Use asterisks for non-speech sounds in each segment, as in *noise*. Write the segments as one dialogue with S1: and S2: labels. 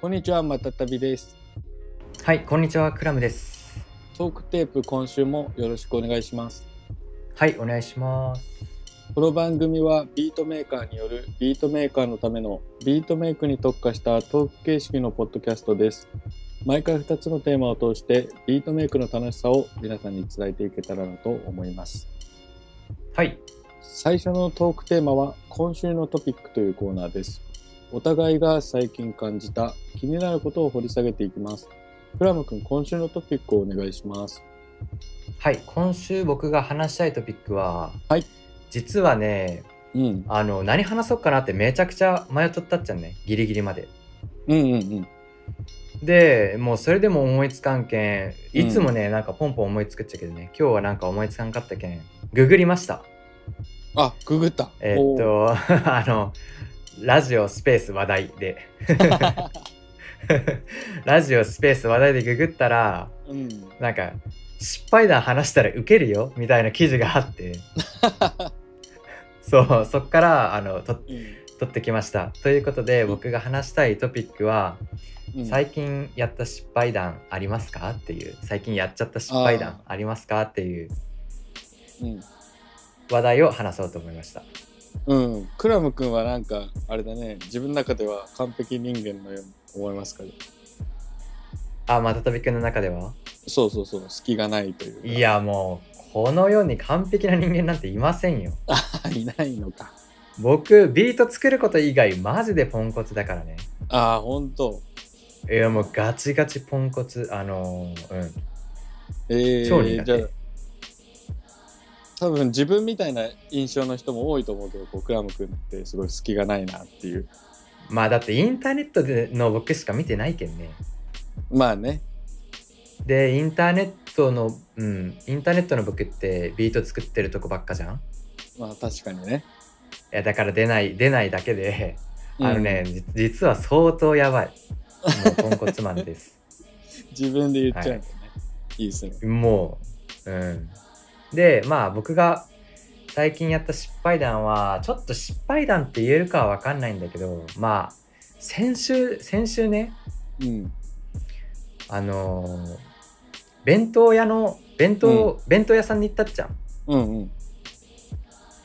S1: こんにちは、またたびです。
S2: はい、こんにちは、クラムです。
S1: トークテープ今週もよろしくお願いします。
S2: はい、お願いします。
S1: この番組はビートメーカーによるビートメーカーのためのビートメイクに特化したトーク形式のポッドキャストです。毎回2つのテーマを通してビートメイクの楽しさを皆さんに伝えていけたらなと思います。
S2: はい、
S1: 最初のトークテーマは今週のトピックというコーナーです。お互いが最近感じた気になることを掘り下げていきます。クラム君、今週のトピックをお願いします。
S2: はい、今週僕が話したいトピックは、
S1: はい
S2: 実はね、
S1: うん、
S2: あの何話そうかなってめちゃくちゃ迷っとったっちゃんね、ギリギリまで。
S1: うんうんうん。
S2: で、もうそれでも思いつかんけん、
S1: うん
S2: いつもね、なんかポンポン思いつくっちゃけどね、今日はなんか思いつかんかったけん、ググりました。
S1: あ、ググった。
S2: えーっ
S1: おー。
S2: と、 *laughs* あの、ラジオスペース話題
S1: *laughs*
S2: で、ラジオスペース話題でググったら、
S1: うん。
S2: なんか失敗談話したらウケるよみたいな記事があってそうそっからあのと取ってきましたということで僕が話したいトピックは、
S1: うん
S2: 最近やった失敗談ありますかっていう最近やっちゃった失敗談ありますかっていう
S1: うん。
S2: 話題を話そうと思いました
S1: うん。クラム君はなんか、あれだね、自分の中では完璧人間のように思いますかね。
S2: あまたたびくんの中では
S1: そうそうそう、隙がないというか。
S2: い。やもうこの世に完璧な人間なんていませんよ
S1: い *laughs* ないのか。
S2: 僕ビート作ること以外マジでポンコツだからね
S1: ああ、ほんと。
S2: いやもうガチガチポンコツあのーうん
S1: え
S2: 超苦
S1: ー、
S2: 手
S1: じゃあ、多分自分みたいな印象の人も多いと思うけど、こうクラム君ってすごい隙がないなっていう。
S2: まあだってインターネットでの僕しか見てないけんね
S1: まあね。
S2: でインターネットのうんインターネットの僕ってビート作ってるとこばっかじゃんい
S1: まあ確かにね。
S2: やだから出ない出ないだけであのね、じ実は相当やばいもうポンコツマンです
S1: うん。自分で言っちゃうんだよね。い、いですね。
S2: もううんでまあ僕が最近やった失敗談はちょっと失敗談って言えるかは分かんないんだけどまあ先週先週ね
S1: うん。
S2: あのー弁当屋の弁当、弁当屋さんに行ったっちゃん
S1: うんうん。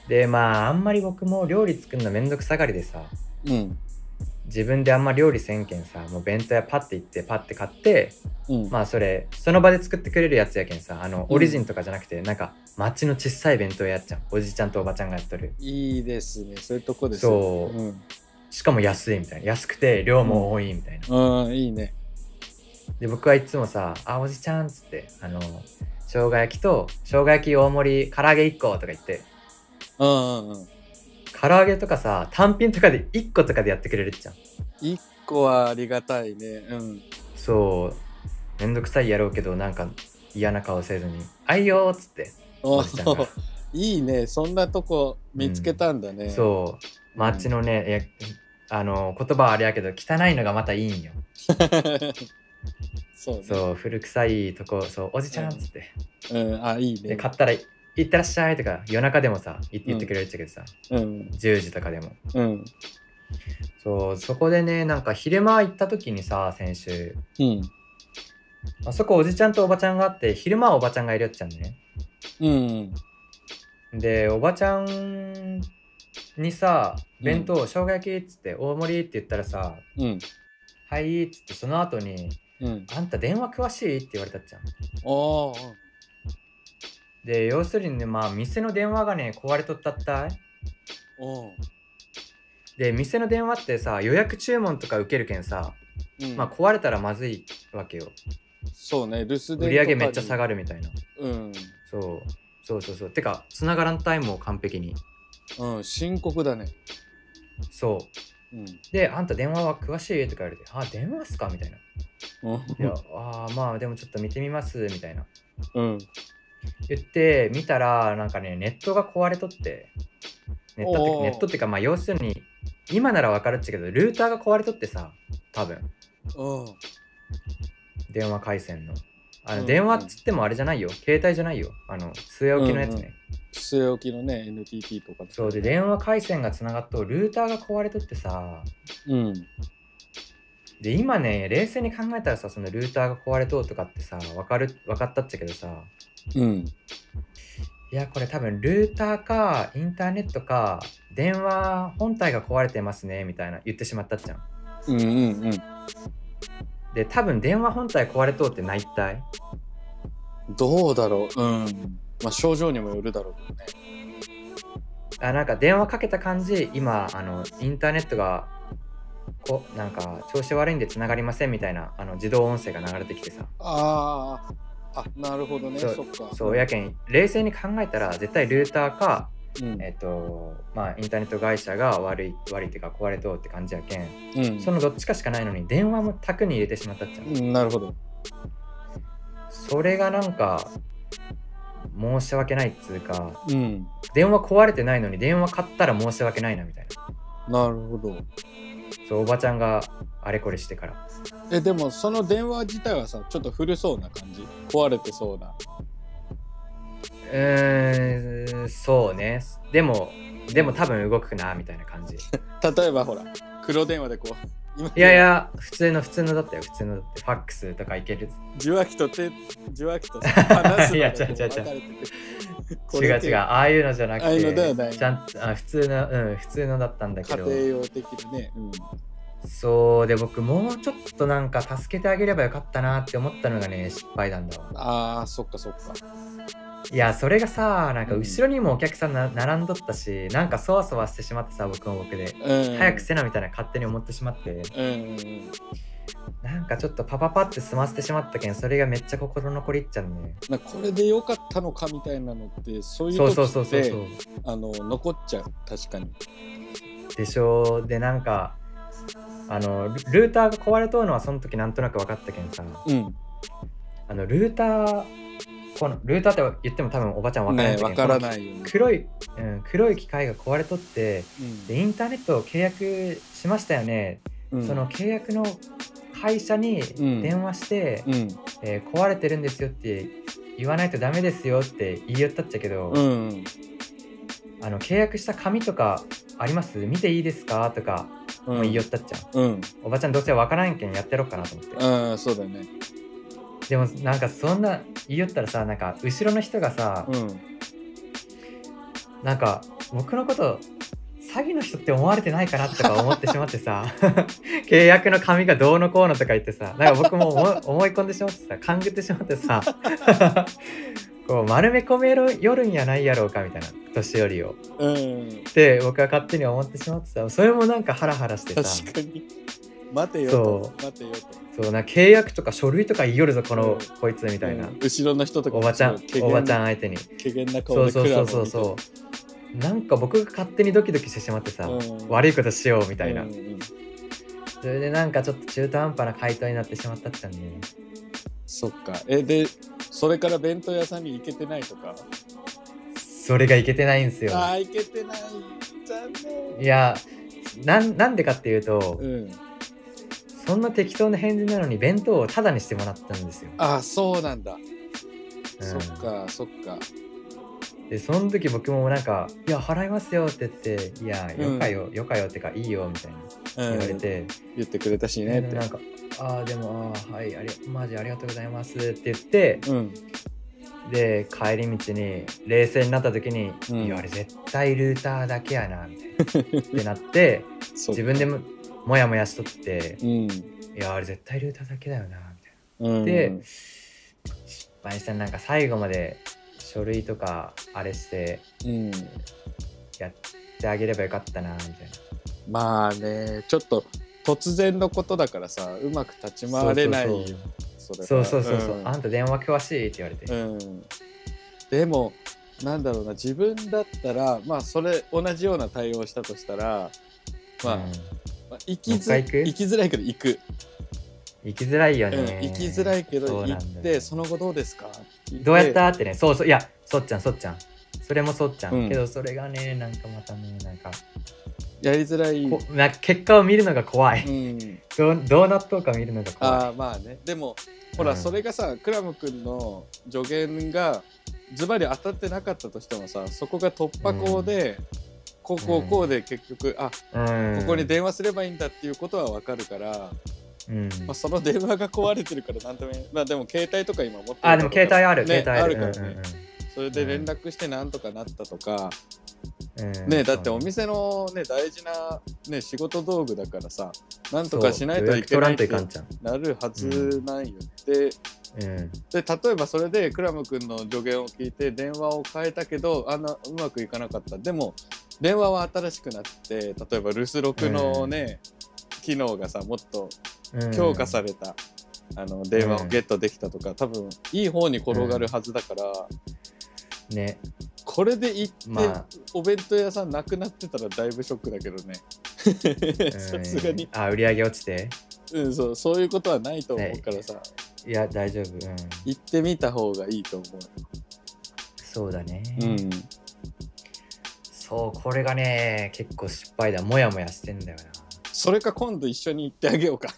S2: でまああんまり僕も料理作るのめんどくさがりでさ
S1: うん。
S2: 自分であんま料理せんけんさもう弁当屋パッて行ってパッて買って
S1: うん。
S2: まあそれその場で作ってくれるやつやけんさあの
S1: うん
S2: オリジンとかじゃなくて、なんか町の小さい弁当屋やっちゃんおじちゃんとおばちゃんがやっとる
S1: いいですね。そういうとこですよ
S2: そう、
S1: うん。
S2: しかも安いみたいな安くて量も多いみたいな、
S1: うん、いいね。
S2: で僕はいつもさ「あおじちゃん」っつってあの生姜焼きと生姜焼き大盛り唐揚げ1個とか言って
S1: うんうんうん。
S2: 唐揚げとかさ単品とかで1個とかでやってくれるじゃん
S1: 一個はありがたいね。うん。
S2: そうめんどくさいやろうけどなんか嫌な顔せずに「あいよ」っつって
S1: お
S2: お
S1: ー
S2: じちゃんが、
S1: *laughs* いいね。そんなとこ見つけたんだね。う。
S2: そう街のね、いやあの言葉はあれやけど汚いのがまたいいんよ
S1: *laughs* そうね。
S2: そう古臭いとこそう「おじちゃん」っつって、
S1: うん。あ、いいね
S2: で。買ったら「行ってらっしゃい」とか夜中でもさい言ってくれるっちゃけどさ、
S1: うん。
S2: 10時とかでも
S1: うん。
S2: そうそこでねなんか昼間行った時にさ先週
S1: うん。
S2: あそこおじちゃんとおばちゃんがあって昼間はおばちゃんがいるやっちゃんね
S1: うん。
S2: でおばちゃんにさ「弁当、生姜焼き」っつって「大盛り」って言ったらさ「
S1: うん。
S2: はい」っつってその後に
S1: うん
S2: 「あんた電話詳しい?」って言われたっちゃん
S1: おー
S2: で要するにねまあ店の電話がね壊れとったったい
S1: おー
S2: で店の電話ってさ予約注文とか受けるけんさ、
S1: うん。
S2: まあ壊れたらまずいわけよ
S1: そうね。留守電
S2: 売り上げめっちゃ下
S1: が
S2: がるみたいな
S1: うん。
S2: そうそうそうそうてか繋がらんタイムを完璧に
S1: うん。深刻だね。
S2: そう
S1: うん。
S2: であんた電話は詳しいとか言われて「あ電話っすか?」みたいな「いや
S1: う。
S2: あーまあでもちょっと見てみます」みたいなん言って見たらなんかねネットが壊れとってネットって
S1: おー
S2: ネットっていうかまあ要するに今なら分かるっちゃけどルーターが壊れとってさ多分
S1: うん。
S2: 電話回線のあ
S1: うん
S2: の電話っつってもあれじゃないよ携帯じゃないよあの据え置きのやつね、
S1: うんうん据え置きのね、NTT とかね
S2: そうで電話回線がつながっとルーターが壊れとってさ
S1: うん。
S2: で今ね冷静に考えたらさそのルーターが壊れとうとかってさ分かる分かったっちゃけどさ
S1: うん。
S2: いやこれ多分ルーターかインターネットか電話本体が壊れてますねみたいな言ってしまったっちゃん
S1: うんうんうん。
S2: で多分電話本体壊れとうってないったい
S1: どうだろう。うん。まあ、症状にもよるだろうけどね。
S2: あなんか電話かけた感じ今あのインターネットがこなんか調子悪いんで繋がりませんみたいなあの自動音声が流れてきてさ
S1: ああ、あ、なるほどね。
S2: そう
S1: っか。
S2: そうやけん冷静に考えたら絶対ルーターか
S1: うん。
S2: えっとまあインターネット会社が悪い悪いっていうか壊れとうって感じやけん
S1: うん
S2: そのどっちかしかないのに電話も卓に入れてしまったっちゃう、
S1: うんなるほど。
S2: それがなんか申し訳ないっつうか
S1: うん。
S2: 電話壊れてないのに電話買ったら申し訳ないなみたいな
S1: なるほど。
S2: そうおばちゃんがあれこれしてから
S1: え、でもその電話自体はさ、ちょっと古そうな感じ。壊れてそうな。
S2: うーんそうねでもでも多分動くなみたいな感じい
S1: 例えばほら、黒電話でこう、今
S2: やいや普通の普通のだったよ普通のだってファックスとかいける
S1: 受話器と手、受話器
S2: *laughs*
S1: と話すの
S2: いや
S1: が
S2: 違う違う違う
S1: こ分かれててこ
S2: 違う
S1: れ
S2: 違うああいうのじゃなくて
S1: ああいうのではない
S2: ちゃんとあ普通のうん普通のだったんだけ
S1: 家
S2: ど
S1: 庭用的にね。うん。
S2: そうで僕もうちょっとなんか助けてあげればよかったなって思ったのがね失敗なんだわ
S1: ああ、そっかそっか。
S2: いやそれがさなんか
S1: うん
S2: 後ろにもお客さんな並んどったしなんかそわそわしてしまってさ僕も僕で
S1: うん。
S2: 早くせなみたいな勝手に思ってしまって
S1: うんうんうん。
S2: なんかちょっとパパパって済ませてしまったけんそれがめっちゃ心残りっちゃうね
S1: なこれで良かったのかみたいなのってそういう時って
S2: そうそうそうそうそう
S1: あの残っちゃう確かに
S2: でしょでなんかあのルルーターが壊れとうのはその時なんとなく分かったけんさ
S1: うん
S2: あのルーターこのルーターって言っても多分おばちゃん分からない
S1: ね
S2: んだけど
S1: わからないよね
S2: 黒い、うん、黒い機械が壊れとって
S1: うん
S2: でインターネットを契約しましたよね、
S1: うん
S2: その契約の会社に
S1: ん
S2: 電話して、
S1: うん
S2: えー壊れてるんですよって言わないとダメですよって言いよったっちゃけど、
S1: うん
S2: あの契約した紙とかあります見ていいですかとか
S1: う
S2: も
S1: ん
S2: 言いよったっちゃ、
S1: うん
S2: ん、おばちゃんどうせわからんけんやってやろうかなと思って、
S1: うんそうだよね
S2: でもなんかそんな言いよったらさなんか後ろの人がさ、
S1: うん
S2: なんか僕のこと詐欺の人って思われてないかなとか思ってしまってさ *laughs* 契約の紙がどうのこうのとか言ってさなんか僕も思い *laughs* 思い込んでしまってさ勘ぐってしまってさ *laughs* こう丸め込めるよるんやないやろうかみたいな年寄りを
S1: うん
S2: って僕は勝手に思ってしまってさそれもなんかハラハラしてさ
S1: 確かに待てよと
S2: そ
S1: 待てよと
S2: そうなんか契約とか書類とか言いよるぞこの、
S1: う
S2: こいつみたいな、
S1: うん後ろの人とか
S2: おばちゃん
S1: すごい
S2: おばちゃん
S1: 怪
S2: 相手に
S1: げな
S2: そ
S1: 顔
S2: う
S1: で
S2: そうそうそう
S1: そ
S2: そうなんか僕が勝手にドキドキしてしまってさ、
S1: うん
S2: 悪いことしようみたいな、
S1: うんうん
S2: それでなんかちょっと中途半端な回答になってしまったっちゃんね
S1: そっかえでそれから弁当屋さんに行けてないとか
S2: それがいけてないんですよ
S1: ああ行けてない残
S2: い
S1: 念
S2: やなんなんでかっていうと、
S1: うん
S2: そんな適当な返事なのに弁当をタダにしてもらったんですよ、
S1: ああそうなんだ
S2: うん
S1: そっかそっか
S2: でその時僕もなんか「いや払いますよ」って言って「いやよかよ、よかよ」ってか「いいよ」みたいな
S1: うん
S2: 言われて、
S1: 言ってくれたしね
S2: で
S1: っ
S2: もな
S1: て
S2: んか「ああでもああはいありマジありがとうございます」って言って
S1: うん
S2: で帰り道に冷静になった時に「
S1: うん
S2: いやあれ絶対ルーターだけやな」みたい
S1: *laughs*
S2: なってなって
S1: そう
S2: 自分でももやもやしとって
S1: うん
S2: 「いやあれ絶対ルーターだけだよな」みたい
S1: うん
S2: でな失敗したなんか最後まで書類とかあれして
S1: うん
S2: やってあげればよかったなみたい
S1: まあねちょっと突然のことだからさうまく立ち
S2: な
S1: 回れない
S2: そうそう
S1: それは
S2: そうそうそうそう、あ
S1: ん
S2: んた電話詳しいって言われて、
S1: うんでもなんだろうな自分だったらまあそれ同じような対応したとしたらまあ、
S2: うん
S1: まあ行き
S2: もう一
S1: づ
S2: 回行く
S1: 行きづらいけど行く、
S2: 行きづらいよ
S1: う
S2: ね、
S1: ん、行きづらいけど
S2: そう
S1: 行
S2: なんだよ
S1: ってその後どうですか
S2: どうやったってねそうそういやそっちゃんそっちゃんそれもそっちゃん、
S1: うん
S2: けどそれがねなんかまたねなんか
S1: やりづらい、
S2: こなんか結果を見るのが怖い、
S1: うん、
S2: どうどうなっとうか見るのが怖い
S1: ああまあねでもほら、
S2: うん
S1: それがさクラム君の助言がズバリ当たってなかったとしてもさそこが突破口で、こうこうこうで結局、あ
S2: うん
S1: ここに電話すればいいんだっていうことはわかるから、
S2: うん、
S1: まあ、その電話が壊れてるからなんとも言えまあでも携帯とか今持ってる
S2: あでも携帯ある、
S1: ね
S2: 携帯ある
S1: あるからねそれで連絡してなんとかなったとか、ねだってお店のね大事なね仕事道具だからさなんとかしないといけないっ
S2: と
S1: て
S2: いかんじゃん、
S1: なるはずないよね、で
S2: う
S1: で
S2: ん、
S1: 例えばそれでクラム君の助言を聞いて電話を変えたけどあんなうまくいかなかったでも電話は新しくなって例えば留守録のね、機能がさもっと
S2: うん
S1: 強化された、あの電話をゲットできたとか多分いい方に転がるはずだから、
S2: ね
S1: これで行って、
S2: まあ
S1: お弁当屋さんなくなってたらだいぶショックだけどね *laughs* さすがに、
S2: うんあ売り上げ落ちて
S1: うん、そうそういうことはないと思うからさ、
S2: いや大丈夫、うん、
S1: 行ってみた方がいいと思
S2: そうだね、
S1: う、うん、
S2: そうこれがね結構失敗だモヤモヤしてんだよ
S1: それか今度一緒に行ってあげよう *laughs* か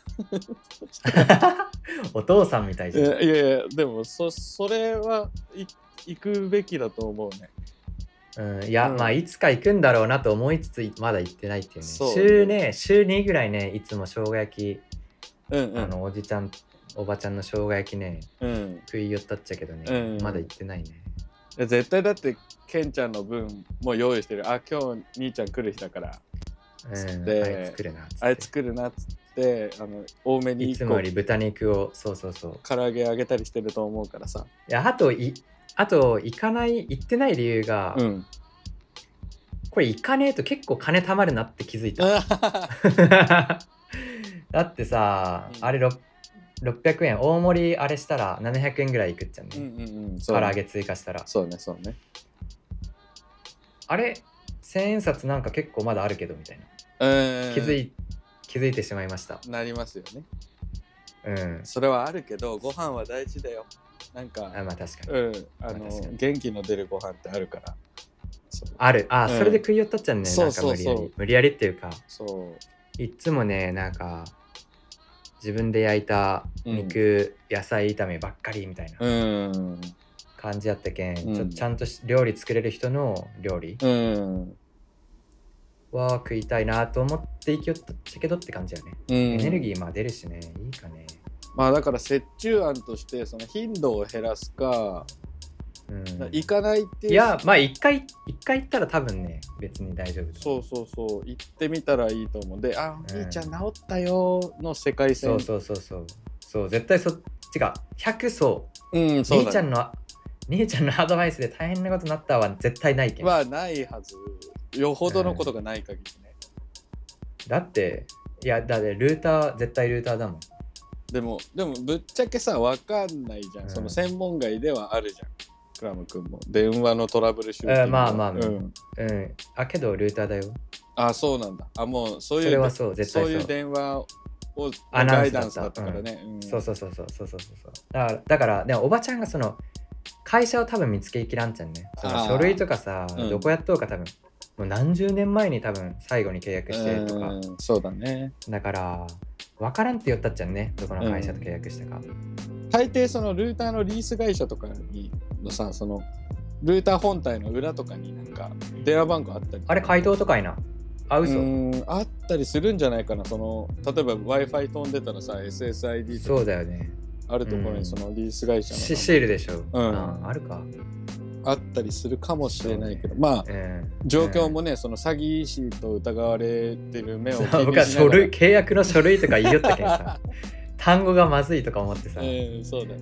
S2: な *laughs* お父さんみたい
S1: い
S2: じゃん
S1: やいやいやでもそそれはい行くべきだと思うね
S2: うん、いや、
S1: うん
S2: まあいつか行くんだろうなと思いつついまだ行ってないっていうね
S1: そう
S2: 週ね週2ぐらいねいつも生姜焼き、
S1: うんうん
S2: あのおじちゃんおばちゃんの生姜焼きね
S1: うん
S2: 食い寄ったっちゃけどね、
S1: うん
S2: まだ行ってないね
S1: いや絶対だってケンちゃんの分も用意してるあ今日兄ちゃん来る日だから
S2: うん、
S1: で
S2: あれ作るなっつって
S1: あいつ来るなっつってあの多めに
S2: いつ
S1: 1
S2: も
S1: 個
S2: より豚肉をそうそうそう
S1: 唐揚げあげたりしてると思うからさ
S2: いやあといあと行かない行ってない理由が、
S1: うん
S2: これ行かねえと結構金貯まるなって気づいた
S1: う
S2: *laughs* だってさ
S1: うん
S2: あれろ600円大盛りあれしたら700円ぐらいいくっちゃね、
S1: ん *laughs* うんうんそ
S2: 唐
S1: う
S2: 揚げ追加したら
S1: そうねそうね
S2: あれ千円札なんか結構まだあるけどみたいな
S1: うん
S2: 気づい気づいてしまいました
S1: なりますよね
S2: うん
S1: それはあるけどご飯は大事だよなんか
S2: あまあ確かに
S1: うん、あ
S2: まあ
S1: の
S2: 確かに
S1: 元気の出るご飯ってあるからそう
S2: あるあ、
S1: うん
S2: それで食い寄ったっちゃね
S1: そ
S2: な
S1: うん
S2: か無理や
S1: そう
S2: り
S1: そう
S2: 無理やりっていうか
S1: そ
S2: いっつもねなんか自分で焼いた肉、野菜炒めばっかりみたいな
S1: ううん
S2: 感じやったけん、
S1: うん
S2: ちょちゃんとし料理作れる人の料理
S1: うん
S2: は食いたいなと思って行きよったっちゃけどって感じやね、
S1: うん
S2: エネルギーまあ出るしねいいかね
S1: まあだから折衷案としてその頻度を減らすか
S2: うん
S1: 行かないっていう
S2: いやまあ一回一回行ったら多分ね別に大丈夫だ
S1: そうそうそう行ってみたらいいと思うで「あお
S2: うん
S1: 兄ちゃん治ったよ」の世界線
S2: そうそうそうそうそう絶対そっちが100層
S1: うんそう
S2: 兄ち
S1: だ
S2: ゃ
S1: ね
S2: んの兄ちゃんのアドバイスで大変なことになったは絶対ないけん、
S1: はないはずよほどのことがない限りね、
S2: だっていやだってルーター絶対ルーターだもん
S1: でもでもぶっちゃけさ分かんないじゃん、
S2: うん
S1: その専門外ではあるじゃんクラム君も電話のトラブル集
S2: えーまあまあまあ
S1: うん、
S2: うんあけどルーターだよ
S1: あそうなんだあもうそう
S2: そ
S1: いう
S2: れはそう絶対
S1: そう
S2: そう
S1: いう電話を
S2: アナ
S1: ガ
S2: ウン
S1: イ
S2: スだ
S1: ダ
S2: った
S1: ンスだったからね、うん
S2: そうそうそうそうそうそうそうだからだからでもおばちゃんがその会社を多分見つけいきらんちゃんねそ
S1: あ
S2: の
S1: ー
S2: 書類とかさ、
S1: うん
S2: どこやっとうか多分もう何十年前に多分最後に契約してとか、
S1: うんそうだね
S2: だから分からんって言ったっちゃんねどこの会社と契約したか、
S1: 大抵そのルーターのリース会社とかにのさそのルーター本体の裏とかになんか電話番号あったり
S2: あれ回答とかいなあ
S1: う
S2: 嘘、
S1: んあったりするんじゃないかなその例えば w i f i 飛んでたらさ SSID と
S2: そうだよね
S1: かあるところ
S2: うん
S1: にそのリース会社
S2: シ
S1: の
S2: シールでしょ、
S1: うん
S2: ああるか、
S1: あったりするかもしれないけどまあ
S2: うん、
S1: 状況もねその詐欺師と疑われてる目を気にし
S2: *laughs* そ
S1: なが
S2: う僕は
S1: ら
S2: 書類契約の書類とか言いよったけんさ単語がまずいとか思ってさ、
S1: うんそうだね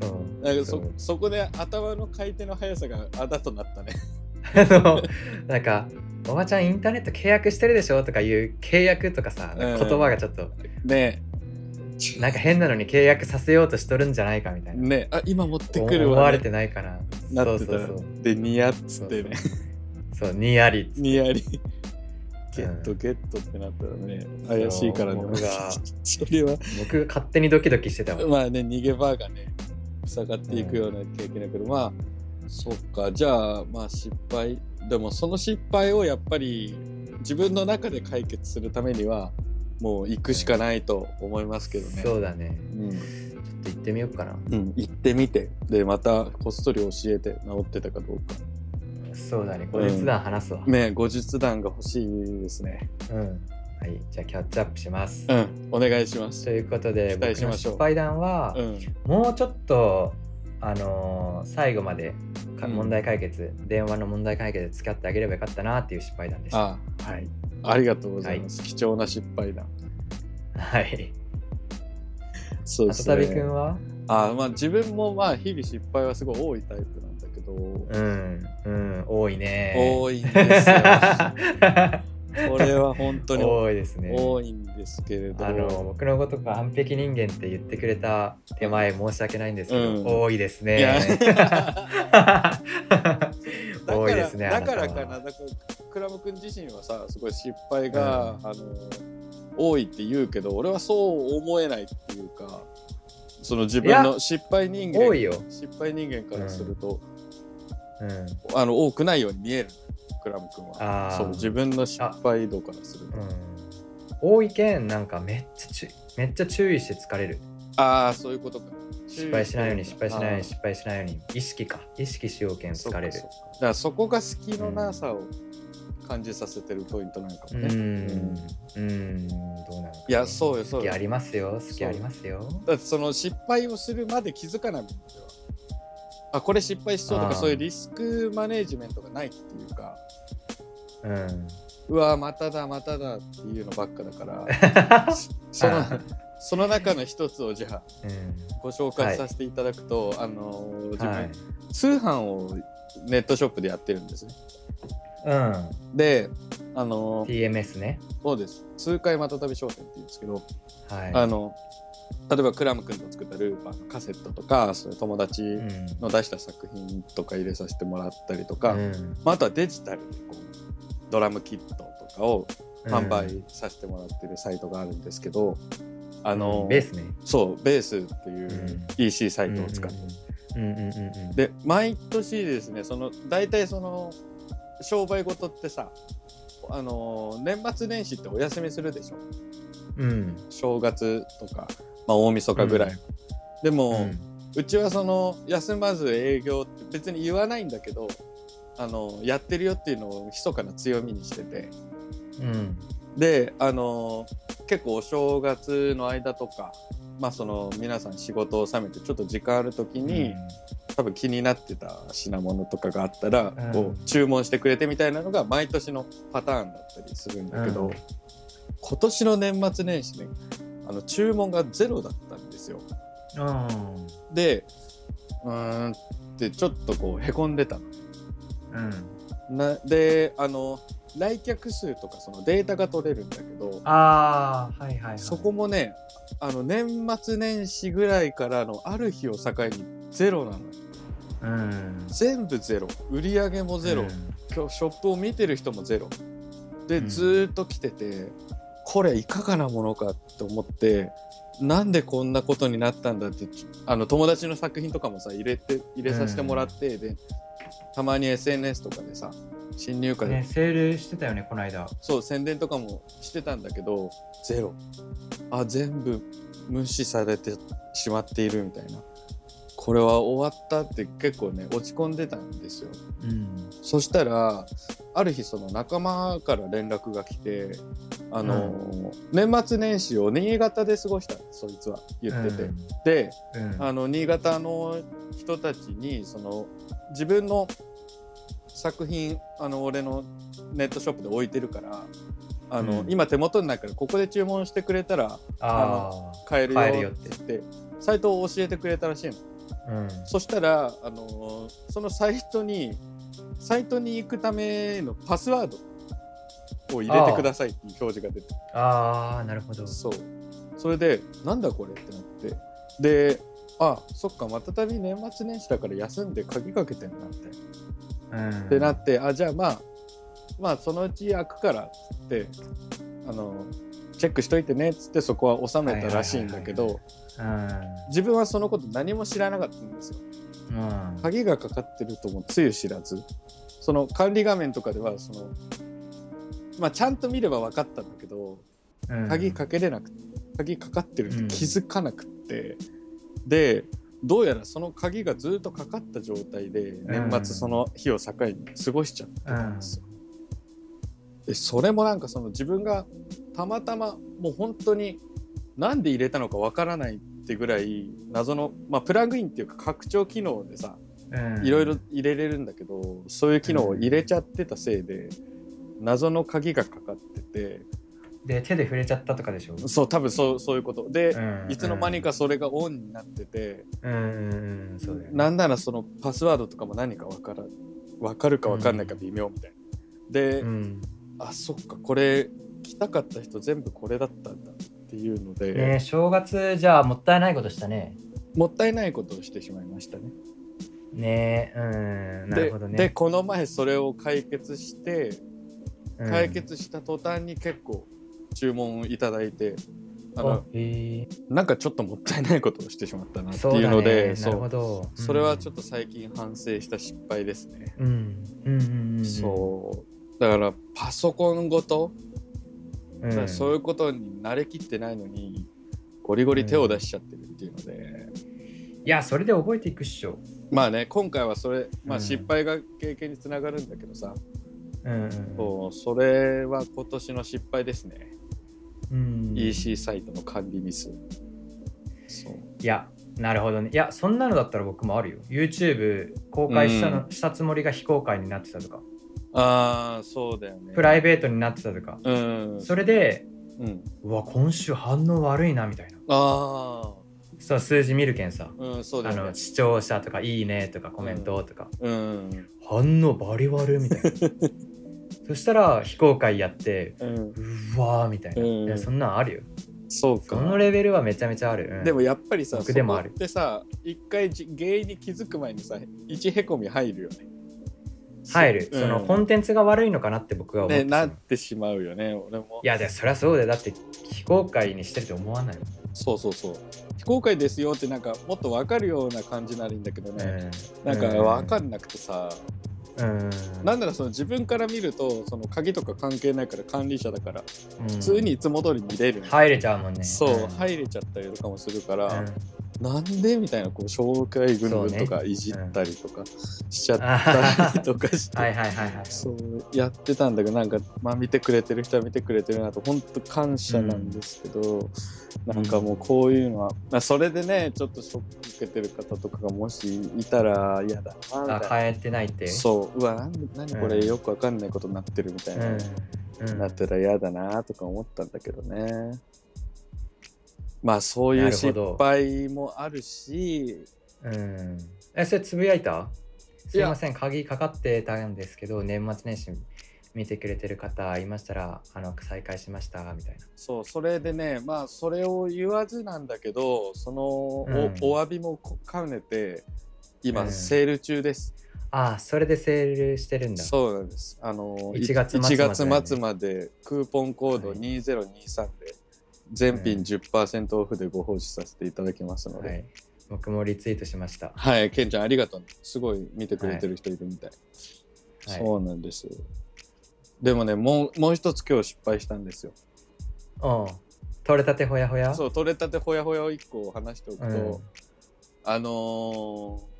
S2: そう
S1: なんか
S2: そ
S1: そうそこで頭の回転の速さがあだとなったね。 *laughs*
S2: あのなんか「おばちゃんインターネット契約してるでしょ」とかいう契約とかさ
S1: う
S2: 言
S1: ん
S2: 葉がちょっと
S1: ね
S2: なんか変なのに契約させようとしとるんじゃないかみたいな、
S1: ねあ今持 *laughs* って
S2: 思
S1: くる
S2: 思わ
S1: わ、
S2: れ
S1: ね。
S2: てないかな
S1: なってた *laughs*
S2: そう
S1: ら
S2: そうそう
S1: でニヤっつってね。
S2: そうにやり
S1: ニヤリ。ゲットゲットってなったらね、怪しいからね
S2: そう僕が。
S1: *laughs* それは
S2: 僕が勝手にドキドキしてたも
S1: *laughs*
S2: ん
S1: まあね逃げ場がね塞がっていくような経験だけど、まあそっかじゃあまあ失敗でもその失敗をやっぱり自分の中で解決するためにはもう行くしかないと思いますけどね。
S2: そうだね
S1: うん
S2: ちょっと行ってみようかな
S1: うん、行ってみてでまたこっそり教えて治ってたかどうか
S2: そうだね後日談話すわ、
S1: ね後日談が欲しいですね
S2: うんはい、じゃあキャッチアップします。
S1: うん、お願いします。
S2: ということで、
S1: 期
S2: 僕
S1: 待し
S2: の
S1: ましょう
S2: 失敗談は、
S1: うん、
S2: もうちょっと、あのー最後までか
S1: うん
S2: 問題解決、電話の問題解決で付き合ってあげればよかったなっていう失敗談でした。
S1: あはい。ありがとうございます。貴重な失敗談。
S2: はい。
S1: そう
S2: あ
S1: で
S2: と
S1: す
S2: たびく
S1: ね
S2: ん。は
S1: あまあ自分もまあ日々失敗はすごい多いタイプなんだけど、
S2: うん、うん、多いね。
S1: 多いんですよ。
S2: *laughs*
S1: これは本当に
S2: 多いですね。
S1: 多いんですけれど、
S2: あの僕のことが完璧人間って言ってくれた手前申し訳ないんですけど、
S1: うん
S2: 多いです
S1: い
S2: *laughs*
S1: や
S2: ね。
S1: だか
S2: 多いですね。
S1: らだ
S2: あ
S1: から
S2: た
S1: か
S2: は
S1: な、だからクラム君自身はさ、すごい失敗が、あの多いって言うけど、俺はそう思えないっていうか、その自分
S2: い
S1: の失敗人
S2: 多
S1: 間
S2: いよ。
S1: 失敗人間からすると、
S2: うん。
S1: あの多くないように見えるクラム君は
S2: あー
S1: そう自分の失敗度からすると
S2: うん、多いけん、なんかめっちゃちゅめっちゃ注意して疲れる。
S1: ああそういうことか
S2: 失敗しないように、失敗しないように、
S1: あー
S2: 失敗しないように。意識か。意識しようけん疲れる
S1: そう。かそうかだからそこが隙のなさを感じさせてるポイントなんか
S2: う
S1: もね、
S2: ん。うん。どうなのか、ね。
S1: いやそうよそうよ
S2: 好きありますよ。好きありますよ。
S1: だってその失敗をするまで気づかないもんではあこれ失敗しそうと
S2: あ
S1: か
S2: ー
S1: そういうリスクマネジメントがないっていうか *laughs*
S2: うん。
S1: うわーまただまただっていうのばっかだから
S2: *laughs*
S1: その
S2: あ
S1: その中の一つをじゃあ
S2: うん。
S1: ご紹介させていただくと、あのー自分、
S2: はい。
S1: 通販をネットショップでやってるんですね
S2: うん。
S1: であのー
S2: TMS ね。
S1: そうです通海またたび商店っていうんですけど、
S2: はい。
S1: あの例えばクラム君と作ったルーパーのカセットとかそういう友達
S2: うん、
S1: の出した作品とか入れさせてもらったりとか、
S2: うん
S1: まあ、あとはデジタルでこうドラムキットとかを販売させてもらってるサイトがあるんですけど、あの、
S2: うんベースね。
S1: そうベースっていう EC サ
S2: サ
S1: イトを使って、。
S2: うんうんうんうん。、
S1: で毎年ですねその大体その商売事ってさあの年末年始ってお休みするでしょ
S2: うん。
S1: 正月とか、まあ、大晦日ぐらい、
S2: うん
S1: でも、
S2: う
S1: うんちはその休まず営業って別に言わないんだけどあのやってるよっていうのを密かな強みにしてて
S2: うん。
S1: であの結構お正月の間とか、まあ、その皆さん仕事を収めてちょっと時間ある時に、多分気になってた品物とかがあったら、
S2: うん
S1: こう注文してくれてみたいなのが毎年のパターンだったりするんだけど、
S2: うん
S1: 今年の年末年始ねあの注文がゼロだったんですよ
S2: うん。
S1: でうーんってちょっとこうへこんでたの
S2: うん。
S1: なであの来客数とかそのデータが取れるんだけど
S2: ああ、はいはいはい。
S1: そこもねあの年末年始ぐらいからのある日を境にゼロなのよ
S2: うん。
S1: 全部ゼロ売り上げもゼロ、
S2: うん
S1: 今日ショップを見てる人もゼロで、
S2: うん
S1: ずーっと来ててこれいかがなものかって思ってなんでこんなことになったんだってちあの友達の作品とかもさ入れて入れさせてもらって、でたまに SNS とかでさ新入荷で、
S2: ね、セールしてたよね、この間。
S1: そう宣伝とかもしてたんだけどゼロあ全部無視されてしまっているみたいなこれは終わったって結構ね落ち込んでたんですよ
S2: うん。
S1: そしたらある日その仲間から連絡が来てあの、年末年始を新潟で過ごしたそいつは言ってて、で
S2: うん。
S1: あの新潟の人たちにその自分の作品あの俺のネットショップで置いてるからあの、
S2: うん
S1: 今手元にないからここで注文してくれたら
S2: あ
S1: 買える
S2: 買えるよ
S1: よ
S2: っ
S1: ってて言ってサイトを教えてくれたらしいの。
S2: あ。うん。
S1: そしたら、あのーそのサイトにサイトに行くためのパスワードを入れてくださいっていう表示が出て
S2: ああ、なるほど。
S1: そうそれでなんだこれってなってであそっかまたたび年末年始だから休んで鍵かけてんなって、
S2: うん。
S1: ってなってあじゃあまあまあそのうち開くからっつってあのチェックしといてねっつってそこは収めたらしいんだけ
S2: はい
S1: ど
S2: はうん。
S1: 自分はそのこと何も知らなかったんですよ
S2: うん。
S1: 鍵がかかってるともつゆ知らずその管理画面とかではその、まあ、ちゃんと見れば分かったんだけど
S2: うん
S1: 鍵かけれなくて鍵かかってるって気づかなくって、でどうやらその鍵がずっとかかった状態で年末その日を境に過ごしちゃってたんですよ。でそれもなんかその自分がたまたまもう本当になんで入れたのかわからないってぐらい謎の、まあ、プラグインっていうか拡張機能でさ
S2: うん
S1: いろいろ入れれるんだけどそういう機能を入れちゃってたせいで謎の鍵がかかってて
S2: で手で触れちゃったとかでしょ、
S1: そう多分そうそういうことで
S2: う、ん
S1: いつの間にかそれがオンになってて、
S2: うんうんうんそうだよね
S1: なんならそのパスワードとかも何かわからわかるかわかんないか微妙みたいな。で、
S2: うん
S1: あそっかこれ来たかった人全部これだったんだっていうので、
S2: ねえ正月じゃあもったいないことしたね
S1: もったいないことをしてしまいましたね。
S2: ねえうんなる
S1: で
S2: ほどね
S1: でこの前それを解決して
S2: うん
S1: 解決した途端に結構注文をいただいて、あ
S2: あ
S1: の
S2: へえ
S1: なんかちょっともったいないことをしてしまったなって
S2: そう
S1: いう
S2: だ
S1: の
S2: ね
S1: で
S2: な
S1: そ
S2: る
S1: う
S2: ほど
S1: それはちょっ
S2: と
S1: と最近反省した失敗ですね。
S2: うんうんうんうん
S1: そうだからパソコンごと、
S2: う
S1: だか
S2: ん
S1: らそういうことに慣れきってないのにゴリゴリ手を出しちゃってるっていうので。
S2: いやそれで覚えていくっしょ
S1: まあね今回はそれ、まあ、
S2: うん
S1: 失敗が経験につながるんだけどさ、
S2: うんうん
S1: そうそれは今年の失敗ですね、
S2: うん
S1: EC サイトの管理ミスそう
S2: いやなるほどねいやそんなのだったら僕もあるよ YouTube 公開したの、したつもりが非公開になってたとか
S1: ああそうだよね
S2: プライベートになってたとか
S1: うん
S2: それで
S1: うん
S2: うわ今週反応悪いなみたいな
S1: ああ
S2: そう数字見るけんさ
S1: うんそうだ
S2: あ
S1: よね
S2: の視聴者とか「いいね」とかコメントとか、
S1: うん
S2: 反応バリ悪いみ
S1: *laughs*
S2: たいなそしたら非公開やって
S1: うん
S2: うわーみたいな、
S1: うん
S2: いやそんなんあるよ
S1: そう
S2: そ
S1: か
S2: のレベルはめちゃめちゃある、うん
S1: でもやっぱりさ
S2: 僕でもある
S1: そこってさ一回じ原因に気づく前にさ一へこみ入るよね
S2: 入る、
S1: うん
S2: そのコンテンツが悪いのかなって僕は思っ
S1: ね
S2: てしま
S1: な
S2: う
S1: ってしまうよね俺も
S2: いやでそりゃそうだよだって非公開にしてると思わないもん
S1: そうそうそう非公開ですよってなんかもっとわかるような感じならいいんだけどね、なんかわか
S2: る
S1: んなくてさ、
S2: うん
S1: なんならその自分から見るとその鍵とか関係ないから管理者だから
S2: 普
S1: 普通にいつも通り見れる、
S2: 入れちゃうもんね
S1: そう、
S2: ん
S1: 入れちゃったりとかもするか
S2: う
S1: ら、
S2: ん
S1: なんでみたいなこう紹介ぐるぐるとかいじったりとかしちゃったりとかして、
S2: はいはいはいはい
S1: そうやってたんだけどなんか、まあ、見てくれてる人は見てくれてるなと本当感謝なんですけど、
S2: うん
S1: なんかもうこういうのは、まあ、それでねちょっとショック受けてる方とかがもしいたら嫌だなみたい
S2: あ
S1: な
S2: 変えてないって
S1: そううわなんで何こ
S2: う
S1: れ
S2: ん
S1: よくわかんないことになってるみたいな、
S2: うんうん
S1: なってたら嫌だなとか思ったんだけどねまあそうい
S2: な
S1: う
S2: るほ
S1: 失
S2: ど
S1: 敗もあるし
S2: うんえそれつぶやいたすい
S1: や
S2: ません鍵かかってたんですけど年末年始見てくれてる方いましたらあの再開しましたみたいな
S1: そうそれでねまあそれを言わずなんだけどそのお,、
S2: うん
S1: お詫びもこ兼ねて今、
S2: うん
S1: セール中です
S2: あそれでセールしてるんだ
S1: そうなんですあの
S2: 1月末
S1: 1
S2: までだよね
S1: 月末までクーポンコード
S2: はい
S1: 2023で全
S2: う
S1: 品
S2: ん
S1: 10%オフでご奉仕させていただきますので、
S2: はい僕もリツイートしました
S1: はい、ケンちゃんありがとう、ね。すごい見てくれてる人いるみたい。
S2: はい
S1: そうなんですよ。でもね、もうもう一つ今日失敗したんですよ。
S2: うん取れたてほやほや
S1: そう、取れたてほやほやを一個話しておくと、
S2: うん
S1: あのー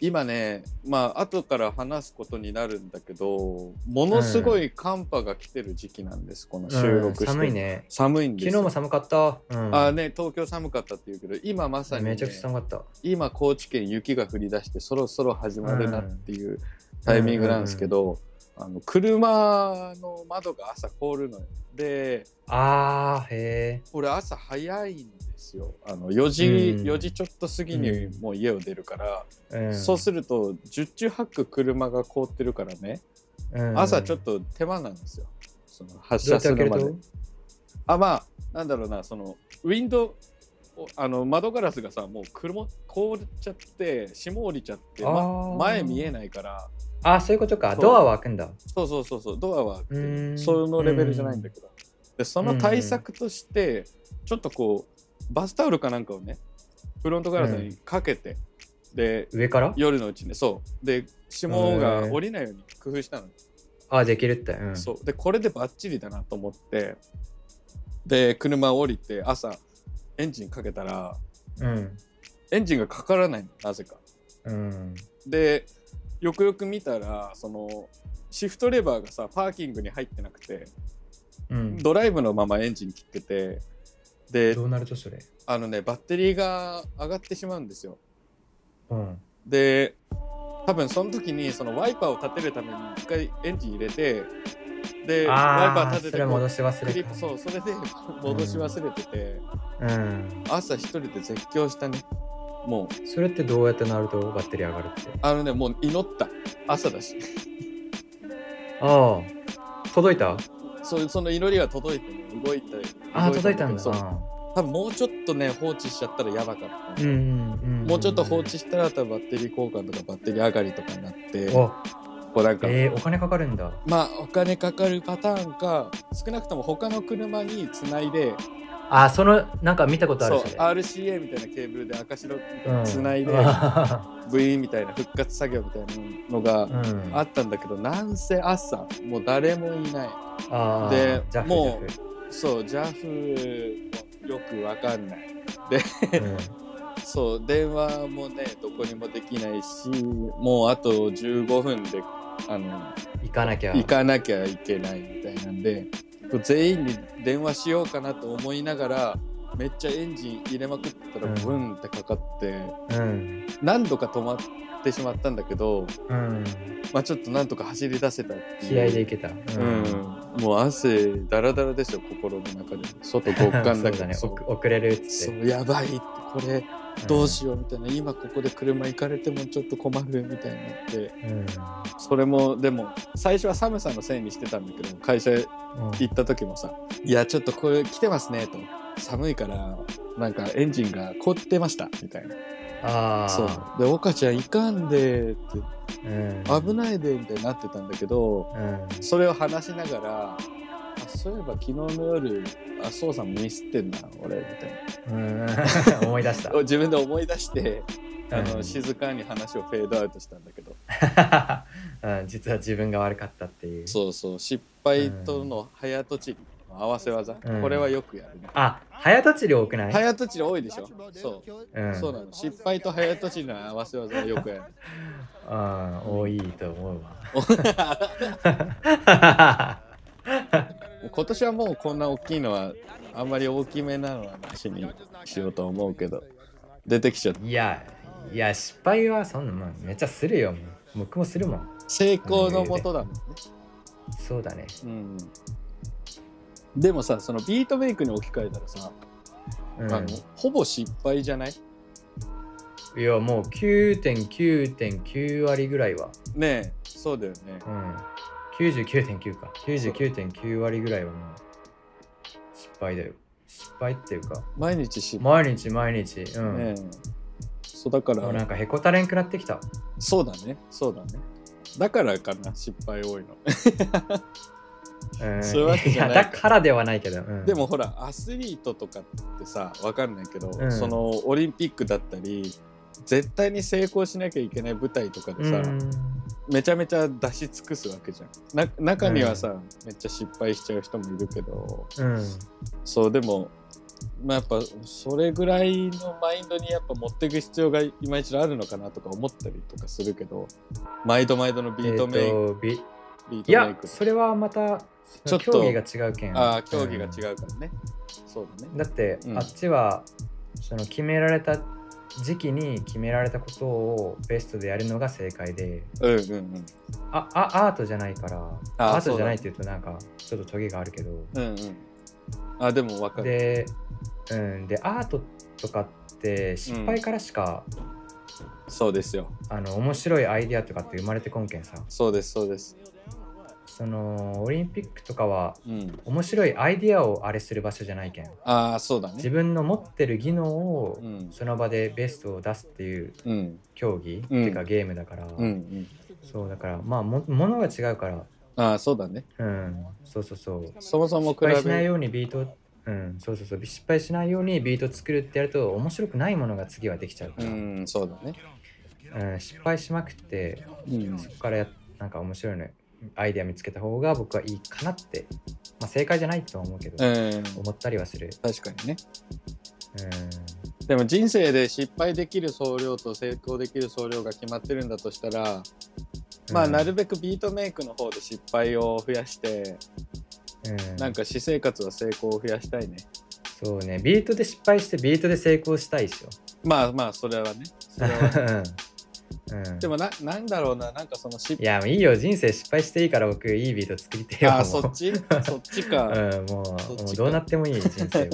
S1: 今ね、まあ後から話すことになるんだけど、ものすごい寒波が来てる時期なんです、この収録して、
S2: うん寒い。ね
S1: 寒いんです
S2: 昨
S1: よ。
S2: 日も寒かった、うん、
S1: あーね、東京寒かったっていうけど今まさにね、
S2: めちゃくちゃ寒かった
S1: 今高知県雪が降り出してそろそろ始まるなっていうタイミングなんですけど、あの車の窓が朝凍るのよで
S2: あーへ
S1: 俺朝早いんですよあの4時、
S2: うん
S1: 4時ちょっと過ぎに
S2: うん
S1: もう家を出るから、
S2: え、うん、
S1: そうすると十中八九車が凍ってるからね
S2: うん
S1: 朝ちょっ
S2: ど
S1: と手間なんですよその発
S2: う
S1: 車
S2: やっ
S1: す
S2: て開
S1: る
S2: ける
S1: まで
S2: と
S1: あまあなんだろうなそのウィンドウおあの窓ガラスがさもう車凍っちゃって霜降りちゃって、ま
S2: あー
S1: 前見えないから
S2: あーそういうことか
S1: そう
S2: ドアは開くんだ
S1: そうそうそうそうドアは
S2: うーん
S1: そのレベルじゃないんだけどでその対策としてちょっとこうバスタオルかなんかをねフロントガラスにかけて、で
S2: 上から
S1: 夜のうちにそうで霜が降りないように工夫したの、
S2: あーできるって、うん、
S1: そうでこれでバッチリだなと思ってで車を降りて朝エンジンかけたら
S2: うん。
S1: エンジンがかからないのなぜか
S2: うん。
S1: でよくよく見たらそのシフトレバーがさパーキングに入ってなくて
S2: うん。
S1: ドライブのままエンジン切っててで
S2: どうなるとそれ。
S1: あのねバッテリーが上がってしまうんですよ
S2: うん。
S1: で多分その時にそのワイパーを立てるために一回エンジン入れてでワイパ
S2: あ
S1: ー
S2: あ、
S1: 立て
S2: そ
S1: て
S2: れ
S1: こう
S2: 戻し忘
S1: クリ
S2: れ
S1: ップ
S2: た。
S1: そうそれで戻し忘れてて、
S2: うん。
S1: 朝一人で絶叫したねもう
S2: それってどうやってなるとバッテリー上がるって。
S1: あのねもう祈った朝だし
S2: ああ。届いた
S1: そうその祈りが届いてね動いた
S2: ああ、
S1: 動
S2: 届いたんだ。
S1: そう
S2: う
S1: 多分もうちょっとね放置しちゃったらやばかった、
S2: んうんうん。
S1: もうちょっと放置したら多分バッテリー交換とかバッテリー上がりとかになってこ
S2: お、
S1: うなんか、
S2: えー、お金かかるんだ。
S1: まあお金かかるパターンか少なくとも他の車につないで
S2: ああ、その、なんか見たことあ
S1: そう
S2: るそれ。
S1: RCA みたいなケーブルで赤白みたいなのつないで、
S2: *laughs* う
S1: V みたいな復活作業みたいなのが
S2: ん、
S1: あったんだけど、なんせ朝もう誰もいない
S2: あー
S1: で
S2: ジャフ
S1: もう
S2: ジ
S1: そう JAF もよくわかんない
S2: ャフ
S1: そう電話もねどこにもできないしもうあと15分であの
S2: うん行かなき
S1: *laughs*
S2: ゃ
S1: 行かなきゃいけないみたいなんで全員に電話しようかなと思いながらめっちゃエンジン入れまくってたら
S2: うん
S1: ブンってかかって、
S2: うん
S1: 何度か止まってしまったんだけど、
S2: うん
S1: まあ、ちょっとなんとか走り出せたっていう
S2: 気合でいけた、うん
S1: うん、もう汗だらだらですよ心の中で外極寒だか
S2: *laughs* そうだ
S1: ら
S2: ね
S1: そう
S2: 遅遅れるっつ
S1: そ
S2: って
S1: うやばいってこれどうしようみたいな、今ここで車行かれてもちょっと困るみたいになって
S2: うん、うん
S1: それもでも最初は寒さのせいにしてたんだけど会社行った時もさ「いやちょっとこれ来てますね」と「寒いからなんかエンジンが凍ってました」みたいな
S2: ああ
S1: そうで「岡ちゃんいかんで」って
S2: う、ん
S1: 「危
S2: い、
S1: ないで」みたいになってたんだけど
S2: うん、
S1: それを話しながら「あそういえば昨日の夜あそうさんミスってんな俺」みたい
S2: うん、 *laughs* 思い出した
S1: な自分で思い出してあ
S2: う
S1: の
S2: ん
S1: 静かに話をフェードアウトしたんだけど。
S2: うん、実は自分が悪かったっていう
S1: そうそう失敗との早とちりの合わせ技、
S2: うん
S1: これはよくやるね
S2: あ早とちり多くない、
S1: 早とちり多いでしょそう、
S2: うん、
S1: そうなの失敗と早とちりの合わせ技はよくやる
S2: うん、多いと思
S1: *laughs*
S2: う
S1: も
S2: わ
S1: う今年はもうこんな大きいのはあんまり大きめなのはなしにしようと思うけど出てきちゃった
S2: いや、いや、失敗はそんなもん、めっちゃするよ。もう僕もするもん。
S1: 成功のもとだもんね、
S2: そうだね。
S1: うん、でもさそのビートメイクに置き換えたらさ、
S2: うん
S1: あのほぼ失敗じゃない
S2: いや、もう9.9.9割ぐらいは。
S1: ねえそうだよね
S2: うん。99.9か。99.9割ぐらいはもう失敗だよ。失敗っていうか、
S1: 毎日失敗
S2: 毎日毎日。うん。
S1: ねえ、そうだから
S2: もうなんかへこたれんくなってきた。
S1: そうだね、そうだね。だからかな、失敗多いの。
S2: うん、
S1: そういうわけじゃない
S2: やだからではないけど。うん
S1: でも、ほら、アスリートとかってさ、わかんないけど、
S2: うん
S1: そのオリンピックだったり、絶対に成功しなきゃいけない舞台とかで
S2: う
S1: さ、
S2: ん、
S1: めちゃめちゃ出し尽くすわけじゃん。な中にはさ、めっちゃ失敗しちゃう人もいるけど、
S2: うん。
S1: そう、でも、まあ、やっぱそれぐらいのマインドにやっぱ持っていく必要が今一度あるのかなとか思ったりとかするけど毎度毎度のビートメイク、
S2: えーとビ
S1: ビー
S2: い
S1: トメイ
S2: や、
S1: ク
S2: それはまた、
S1: ちょっと
S2: 競技が違うけん。
S1: ああ競技が
S2: うん
S1: 違うからね、そうだね
S2: だって、
S1: うん
S2: あっちはその決められた時期に決められたことをベストでやるのが正解で
S1: うんうん
S2: ああアートじゃないから
S1: あ
S2: アー
S1: そ
S2: ト
S1: う
S2: じ
S1: だ
S2: ゃないって言うとなんかちょっとトゲがあるけど
S1: うんうんうんあでも分かる
S2: で,、うん、でアートとかって失敗からしか、
S1: そうですよ
S2: あの面白いアイディアとかって生まれてこんけんさ
S1: そうですそうです
S2: そのオリンピックとかは
S1: うん
S2: 面白いアイディアをあれする場所じゃないけん
S1: ああそうだ
S2: 自
S1: ね
S2: 分の持ってる技能を
S1: うん
S2: その場でベストを出すっていう
S1: うん
S2: 競技、
S1: うん
S2: っていうかゲームだから、
S1: うんうん
S2: そうだからまあも物が違うから
S1: ああそうだね
S2: うんそうそうそう
S1: そもそも
S2: 失
S1: 比
S2: 敗しない
S1: べ
S2: ようにビートうんそうそうそう失敗しないようにビート作るってやると面白くないものが次はできちゃうか
S1: う
S2: ら、うん
S1: んそうだね
S2: 失敗しまくって
S1: うん
S2: そこからやなんか面白いのアイデア見つけた方が僕はいいかなって、まあ、正解じゃないとは思うけど、
S1: うん
S2: 思ったりはする
S1: 確かにね
S2: うん
S1: でも人生で失敗できる総量と成功できる総量が決まってるんだとしたらまあなるべくビートメイクの方で失敗を増やして
S2: うん、
S1: なんか私生活は成功を増やしたいね
S2: そうねビートで失敗してビートで成功したいっしょ
S1: まあまあそれ
S2: *laughs*
S1: はねそれは
S2: うんうん、
S1: でもななんだろうななんかその失
S2: いやもういいよ人生失敗していいから僕いいビート作りてよ
S1: ああー
S2: もう
S1: そっちそっちか、
S2: うん、も
S1: そっち
S2: う
S1: か
S2: もうどうなってもいい人生
S1: *laughs*
S2: は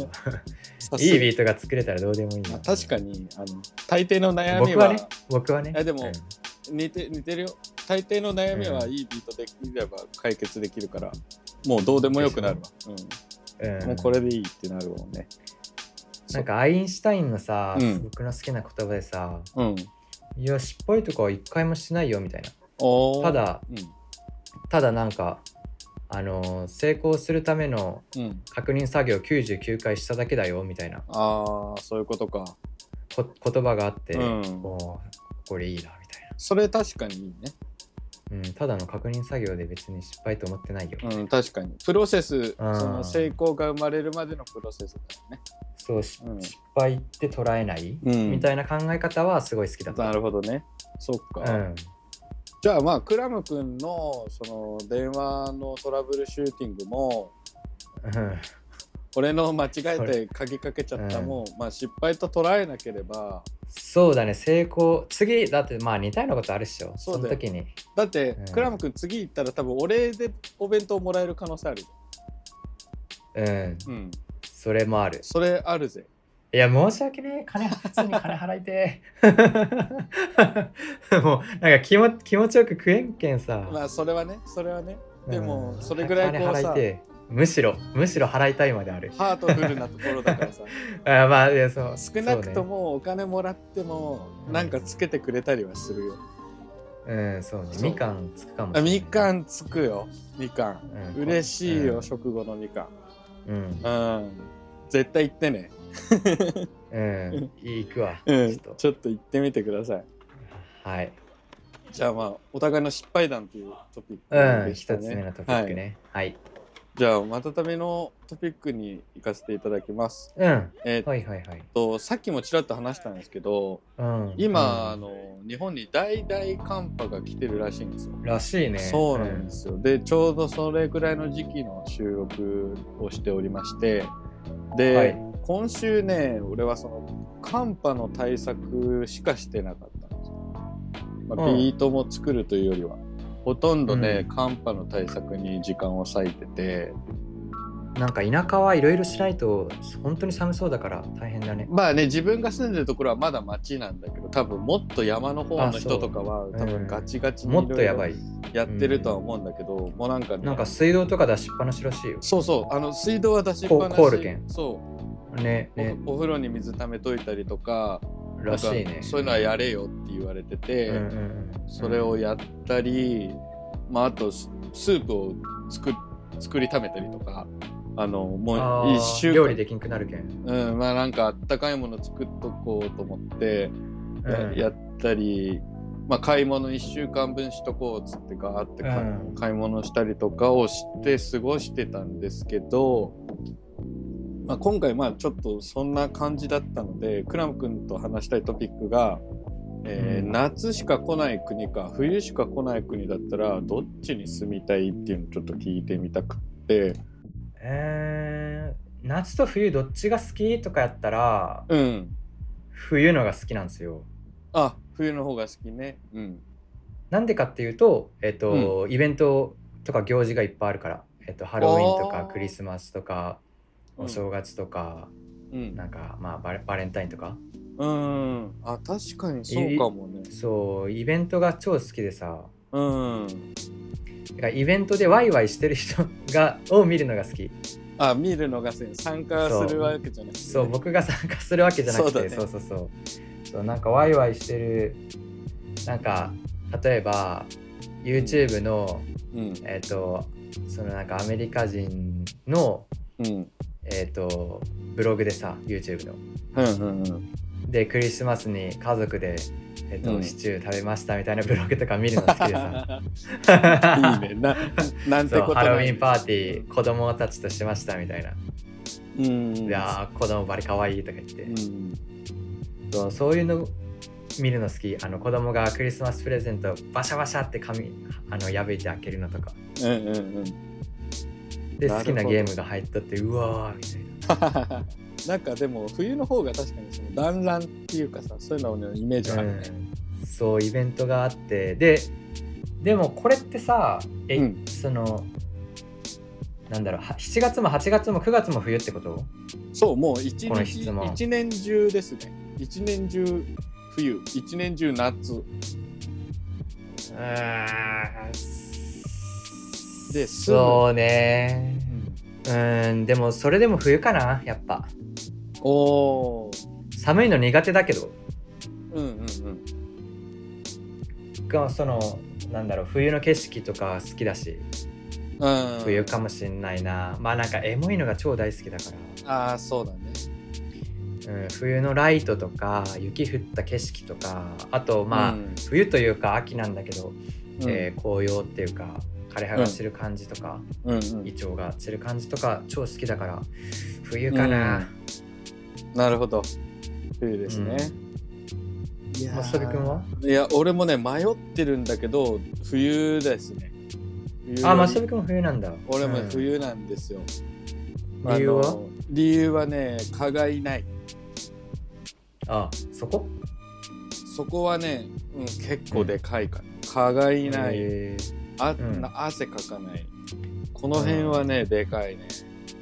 S1: さす
S2: いいビートが作れたらどうでもいいよ
S1: まあ確かにあの大抵の悩み
S2: 僕は
S1: は
S2: ね僕はね
S1: えでも
S2: うん
S1: 似て似てるよ大抵の悩みは
S2: うん
S1: いいビートできれば解決できるからもうどうでもよくなるわ、
S2: うん
S1: うん、もうこれでいいってなるもんね
S2: なんかアインシュタインのさ、
S1: うん
S2: 僕の好きな言葉でさ
S1: うん
S2: 「いや失敗とかは一回もしないよ」みたいな
S1: おー
S2: ただ
S1: う
S2: ただなんかあのー成功するための
S1: ん、うん、
S2: 確認作業99回しただけだよみたいな
S1: ああそういうことか
S2: こ言葉があって、
S1: うん
S2: もうこれいいなみたい
S1: それ確かにいいね
S2: な、うん、ただの確認作業で別に失敗と思ってないよ、
S1: うん確かにプロセスそ
S2: うん
S1: の成功が生まれるまでのプロセスだよね
S2: そうし
S1: うん
S2: 失敗って捉えない、
S1: うん
S2: みたいな考え方はすごい好きだった
S1: なるほどねそっか、
S2: うん
S1: じゃあまあクラム君のその電話のトラブルシューティングも
S2: うん
S1: 俺の間違えて
S2: それ
S1: 鍵かけちゃった
S2: うん
S1: も、うまあ失敗と捉えなければ
S2: そうだね成功次だってまあ似たようなことあるっしょそ
S1: そうだよ
S2: の時に
S1: だって、
S2: うん
S1: クラム君次行ったら多分お礼でお弁当もらえる可能性あるよ
S2: うん
S1: うん
S2: それもある
S1: それあるぜ
S2: いや申し訳ねえ金普通に金払いてえ *laughs* もうなんか気も気持ちよく食えんけんさ、
S1: まあそれはねそれはね
S2: うん
S1: でもそれぐらいこうさ
S2: 金払いてえむしろむしろ払いたいまである *laughs*
S1: ハートフルなところだからさ
S2: あまあいやそう
S1: 少なくと
S2: も
S1: もお金もらってもなんかつけてくれたりはするよ
S2: う,、んそうね
S1: そう
S2: みかんつくかもし
S1: あ
S2: れない
S1: みかんつくよみかん
S2: うん
S1: 嬉しいよ、
S2: うん
S1: 食後のみかん
S2: うん
S1: うん絶対行ってね
S2: うん行くわ、
S1: うん
S2: ちょっ
S1: ちょっと行ってみてください
S2: とはい
S1: じゃあまあお互いの失敗談というトピック
S2: うん
S1: でした
S2: 一
S1: ね。
S2: つ目のトピック
S1: はい、
S2: ねはい、
S1: じゃあまたためのトピックに行かせていただきます。
S2: うん
S1: えーっ
S2: はいはいはい
S1: とさっきもちらっと話したんですけど
S2: うん、
S1: 今、あ
S2: うん
S1: の日本に大々寒波が来てるらしいんですよ。
S2: らしいね
S1: そうなんですよ、でちょうどそれぐらいの時期の収録をしておりましてで、
S2: はい
S1: 今週ね俺はその寒波の対策しかしてなかったんですよ、まあ
S2: うん
S1: ビートも作るというよりはほとんどね、
S2: う
S1: 寒波の対策に時間を割いてて
S2: うんなんか田舎はいろいろしないと本当に寒そうだから大変だね
S1: まあね自分が住んでるところはまだ町なんだけど多分もっと山の方の人とかは
S2: そう
S1: 多
S2: う
S1: 分
S2: ん
S1: ガチガチに
S2: もっとや
S1: 色々
S2: ばい
S1: やってるとは思うんだけど、もうなんかね
S2: なんか水道とか出しっぱなしらしいよ
S1: そうそうあの水道は出しっぱなし
S2: コール券
S1: そう
S2: ねね
S1: おお風呂に水溜めといたりとか
S2: らしい
S1: なん
S2: ね
S1: かそういうのはやれよって言われてて、
S2: うんうんうん
S1: それをやったり、まあ、あとススープを作作りためたりとかあのも
S2: あ
S1: う
S2: ー
S1: 一週間
S2: 料理できんくなるけん、
S1: うんまあ、なんかあったかいもの作っとこうと思って、ややったり、まあ、買い物1週間分しとこうっつってガーって買,、
S2: うん
S1: 買い物したりとかをして過ごしてたんですけど、まあ、今回まあちょっとそんな感じだったのでクラム君と話したいトピックが、えー
S2: うん
S1: 夏しか来ない国か冬しか来ない国だったらどっちに住みたいっていうのをちょっと聞いてみたくって。
S2: えー夏と冬どっちが好きとかやったら
S1: うん、
S2: 冬のが好きなんですよ
S1: あ冬の方が好きね。うん、
S2: なんでかっていうと,、えっとイベントとか行事がいっぱいあるから、えっとハロウィン
S1: あ
S2: とか
S1: ー
S2: クリスマスとかお正月とか、
S1: うん
S2: なんか、まあ、バレバレンタインとか
S1: うん、あ確かにそうかもね。
S2: そうイベントが超好きでさ
S1: うん、
S2: だからイベントでワイワイしてる人がを見るのが好き
S1: あ見るのがせん参加するわけじゃない、
S2: そう僕が参加するわけじゃな
S1: そ
S2: く
S1: うだね
S2: てそう,、そうそうそうなんかワイワイしてるなんか例えば YouTube の、
S1: うん
S2: えっ、とそのなんかアメリカ人の
S1: うん
S2: えっ、とブログでさ YouTube の
S1: うんうん
S2: でクリスマスに家族で、えっと
S1: うん
S2: シチュー食べましたみたいなブログとか見るの好きでさ
S1: *laughs*
S2: *laughs*
S1: いいねな *laughs* なんて
S2: そ
S1: こ
S2: う
S1: と
S2: ハロウ
S1: な
S2: ィ
S1: い
S2: ンパーティー子供たちとしましたみたいな
S1: うん
S2: いやー子供バリ可愛いとか言って、
S1: うん
S2: そうそういうの見るの好きあの子供がクリスマスプレゼントバシャバシャって紙あの破いて開けるのとか
S1: うんうんうん
S2: で好き
S1: なるほ
S2: な
S1: ど
S2: ゲームが入ったってうわーみたいな
S1: *laughs* なんかでも冬の方が確かにその団らんっていうかさそういうののイメージがあるね、
S2: うん、そうイベントがあってででもこれってさえ、
S1: うん
S2: そのなんだろうは7月も8月も9月も冬ってこと
S1: そうもう一
S2: この
S1: 日
S2: 質問
S1: 一年中ですね一年中冬一年中夏で
S2: そうねうんでもそれでも冬かなやっぱ
S1: おお
S2: 寒いの苦手だけど
S1: うんうんうん
S2: がそのなんだろう冬の景色とか好きだし
S1: うん
S2: 冬かもしんないな、まあなんかエモいのが超大好きだか
S1: ああそうだね
S2: ら、うん、冬のライトとか雪降った景色とかあとまあ、
S1: うん
S2: 冬というか秋なんだけど、
S1: うん
S2: えー紅葉っていうか枯れ葉が散る感じとか、
S1: うんうん
S2: イチョウが散る感じとか超好きだから冬かな、
S1: なるほど冬ですね、い
S2: まさるくんはい
S1: や俺もね迷ってるんだけど冬ですね冬
S2: あまさるくんも冬なんだ
S1: 俺もね
S2: うん
S1: 冬なんですよ、
S2: 理由は
S1: あの理由はね蚊がいない
S2: あそこ
S1: そこはね、うん、結構でかいから、蚊がいない、
S2: え
S1: あ
S2: ん
S1: な汗かかないこの辺はね、でかいね、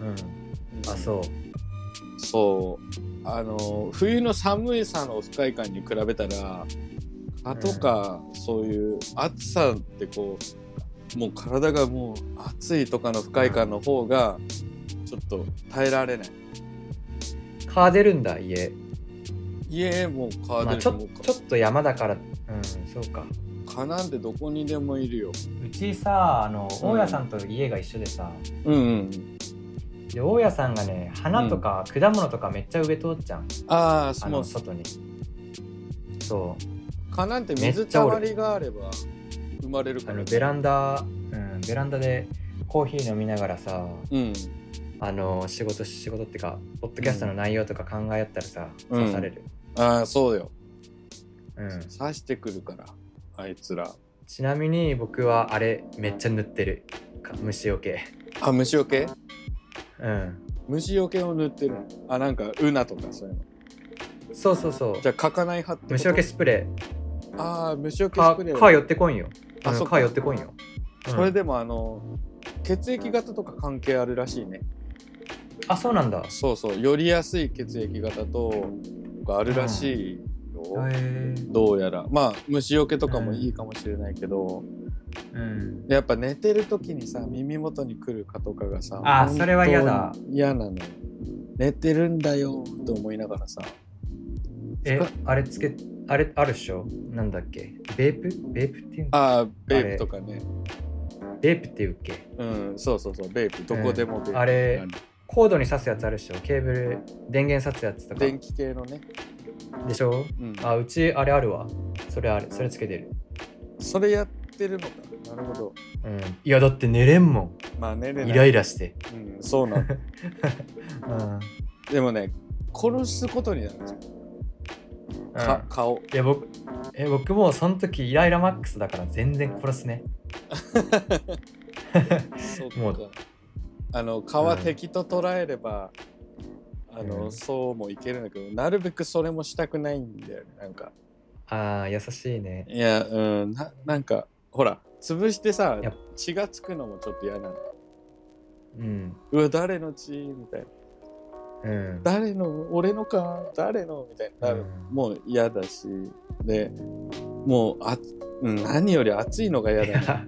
S2: ーうん、あ
S1: う
S2: そうん
S1: そうあの冬の寒いさの不快感に比べたら蚊とか、そういう暑さってこうもう体がもう暑いとかの不快感の方がちょっと耐えられない
S2: 蚊出るんだ家
S1: 家もう蚊
S2: ま
S1: 出
S2: あ、
S1: る
S2: ち
S1: し
S2: ょ
S1: もう蚊
S2: ちょっと山だからうんそうか
S1: 蚊なんてどこにでもいるよ
S2: うちさあの
S1: うん
S2: 大家さんと家が一緒でさ、
S1: うんうん
S2: で大家さんがね花とか果物とかめっちゃ植えとっちゃん、
S1: ああそ
S2: あ
S1: の
S2: の外にそう
S1: 蚊なんて
S2: めっ
S1: 水
S2: ちゃ
S1: た
S2: おる
S1: まりがあれば生まれるか
S2: あ
S1: ら
S2: のベランダ、うん、ベランダでコーヒー飲みながらさ
S1: うん
S2: あの仕事仕事ってかポッドキャストの内容とか考えやったらさ、
S1: うん
S2: 刺される、
S1: ああそうよ
S2: うん
S1: 刺してくるからあいつら
S2: ちなみに僕はあれめっちゃ塗ってるか虫よけ
S1: あ虫よけ
S2: うん
S1: 虫よけを塗ってるあなんかウナとかそういうの
S2: そうそうそう
S1: じゃあかかない派ってこと
S2: 虫よけスプレー
S1: ああ虫よけス
S2: か
S1: プレー
S2: 蚊寄ってこんよ
S1: あ
S2: うん
S1: そっか
S2: 蚊寄ってこんよ、うん
S1: それでもあの血液型とか関係あるらしいね
S2: あそうなんだへ
S1: そうそうよりやすい血液型とかあるらしいよ、
S2: え
S1: どうやらまあ虫よけとかもいいかもしれないけど、
S2: うん
S1: やっぱ寝てる時にさ耳元に来るかとかがさ
S2: あーそれは嫌だ
S1: 本当に嫌なのよ寝てるんだよと思いながらさ
S2: え
S1: 使っ
S2: あれつけあれあるっしょなんだっけベープベープっていうの
S1: ああベープとかね
S2: ベープっていうっけ
S1: うんそうそうそうベープどこでもベープ、
S2: あれコードに挿すやつあるでしょケーブル電源挿すやつとか
S1: 電気系のね、
S2: でしょ
S1: うん、
S2: あうちあれあるわそれあるそれつけてる
S1: それやってるのかなるほど
S2: うんいやだって寝れんも
S1: まあ寝れ
S2: ん
S1: ない
S2: イライラして *laughs*
S1: うん、そうなの *laughs*
S2: うん
S1: でもね殺すことになるじゃん
S2: う
S1: か
S2: ん
S1: 顔
S2: いや僕え僕もうその時イライラマックスだから全然殺すね
S1: そっ
S2: も
S1: か
S2: う
S1: あの顔は敵と捉えれば、あの、
S2: うん
S1: そうもいけるんだけどなるべくそれもしたくないんだよねなんか
S2: あー優しいね
S1: いやうんななんかほら潰してさ
S2: やっ
S1: 血がつくのもちょっと嫌なの
S2: うん
S1: うわ誰の血みたいな
S2: うん
S1: 誰の俺のか誰のみたいになる、
S2: うん
S1: もう嫌だしでもうあ、うん、何より暑いのが嫌
S2: い
S1: だな
S2: や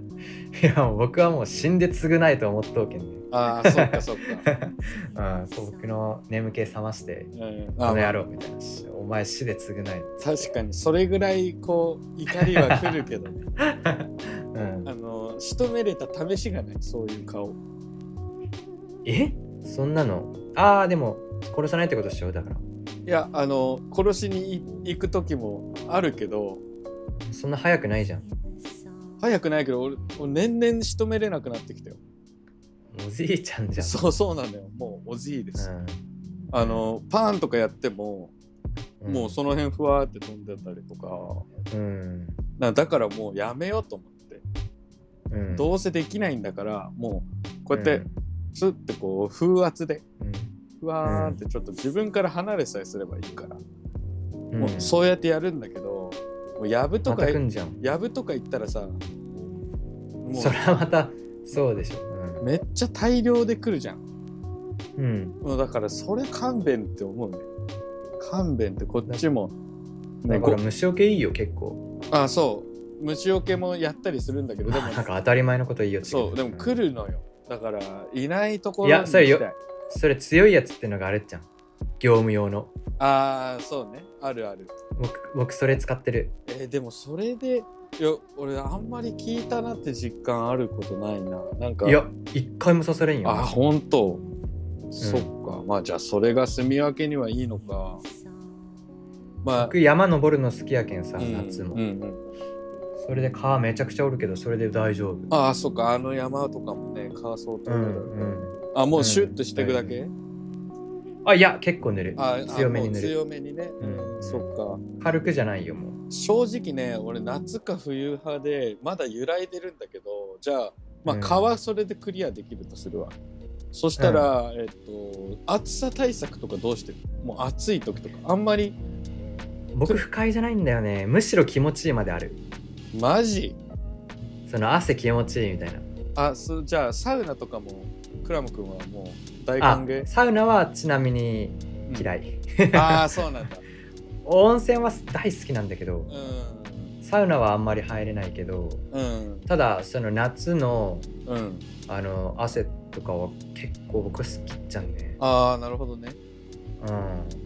S2: いや僕はもう死んで償いと思っとうけんね *laughs*
S1: ああそっかそっか、 *laughs*
S2: うんそう僕の眠気覚まして
S1: うん、
S2: こ
S1: あ
S2: の野郎みたいなしお前死で償い
S1: 確かにそれぐらいこう怒りは来るけどね
S2: うん
S1: あの仕留めれた試しがないそういう顔
S2: えそんなのああでも殺さないってことしようだから
S1: いやあの殺しにい行く時もあるけど
S2: そんな早くないじゃん
S1: 早くないけど俺俺年々仕留めれなくなってきたよ
S2: おじいちゃんじゃん
S1: そうそうなんだよもうおじいです、
S2: う
S1: あのパーンとかやっても、
S2: ん、
S1: もうその辺ふわーって飛んでたりとか
S2: うん、
S1: なだからもうやめようと思って、
S2: うん、
S1: どうせできないんだからもうこうやってスってこう風圧で
S2: うん
S1: ふわーんってちょっと自分から離れさえすればいいから、
S2: うん
S1: もうそうやってやるんだけどもうやぶと
S2: ま
S1: か
S2: た来んじゃん
S1: やぶとか行ったらさも
S2: それはまたそうでしょ
S1: うめっちゃ大量で来るじゃん
S2: うん、うん、
S1: もうだからそれ勘弁って思うね勘弁ってこっちも、ね、
S2: だから
S1: ご
S2: 虫除けいいよ結構
S1: あそう虫除けもやったりするんだけどでも
S2: なんか当たり前のこといいよって言
S1: そうでも来るのよだからいないところ
S2: いやそれよ
S1: 行きたい
S2: それ強いやつってのがあるじゃん業務用の
S1: ああそうねあるある
S2: 僕僕それ使ってる
S1: えーでもそれでいや俺あんまり聞いたなって実感あることないななんか
S2: いや一回も刺されんよ
S1: あ本当、そっかまあじゃあそれが住み分けにはいいのかまあ
S2: 僕山登るの好きやけんさ、
S1: うん
S2: 夏も、
S1: うんうん
S2: それで川めちゃくちゃおるけどそれで大丈夫
S1: ああそっかあの山とかもね川相当
S2: う
S1: だよね、
S2: んうん
S1: あもうシュッとしていくだけ、
S2: あいや結構塗る
S1: ああ
S2: 強めに
S1: もう
S2: 塗る
S1: 強めにね、
S2: うん
S1: そっか
S2: 軽くじゃないよもう
S1: 正直ね俺夏か冬派でまだ揺らいでるんだけどじゃあまあ
S2: うん
S1: 川それでクリアできるとするわ、そしたら、えっと暑さ対策とかどうしてるもう暑い時とかあんまり
S2: 僕不快じゃないんだよねむしろ気持ちいいまである
S1: マジ
S2: その汗気持ちいいみたいな
S1: あそじゃあサウナとかもクラム君はもう大
S2: あ
S1: 歓迎
S2: サウナはちなみに嫌
S1: い、
S2: い、
S1: うんああそうなんだ
S2: 温泉は大好きなんだけど
S1: う
S2: サウナはあんまり入れないけど
S1: んうん
S2: ただその夏の
S1: うん
S2: あの汗とかは結構僕好きじゃんね
S1: ああなるほどね
S2: う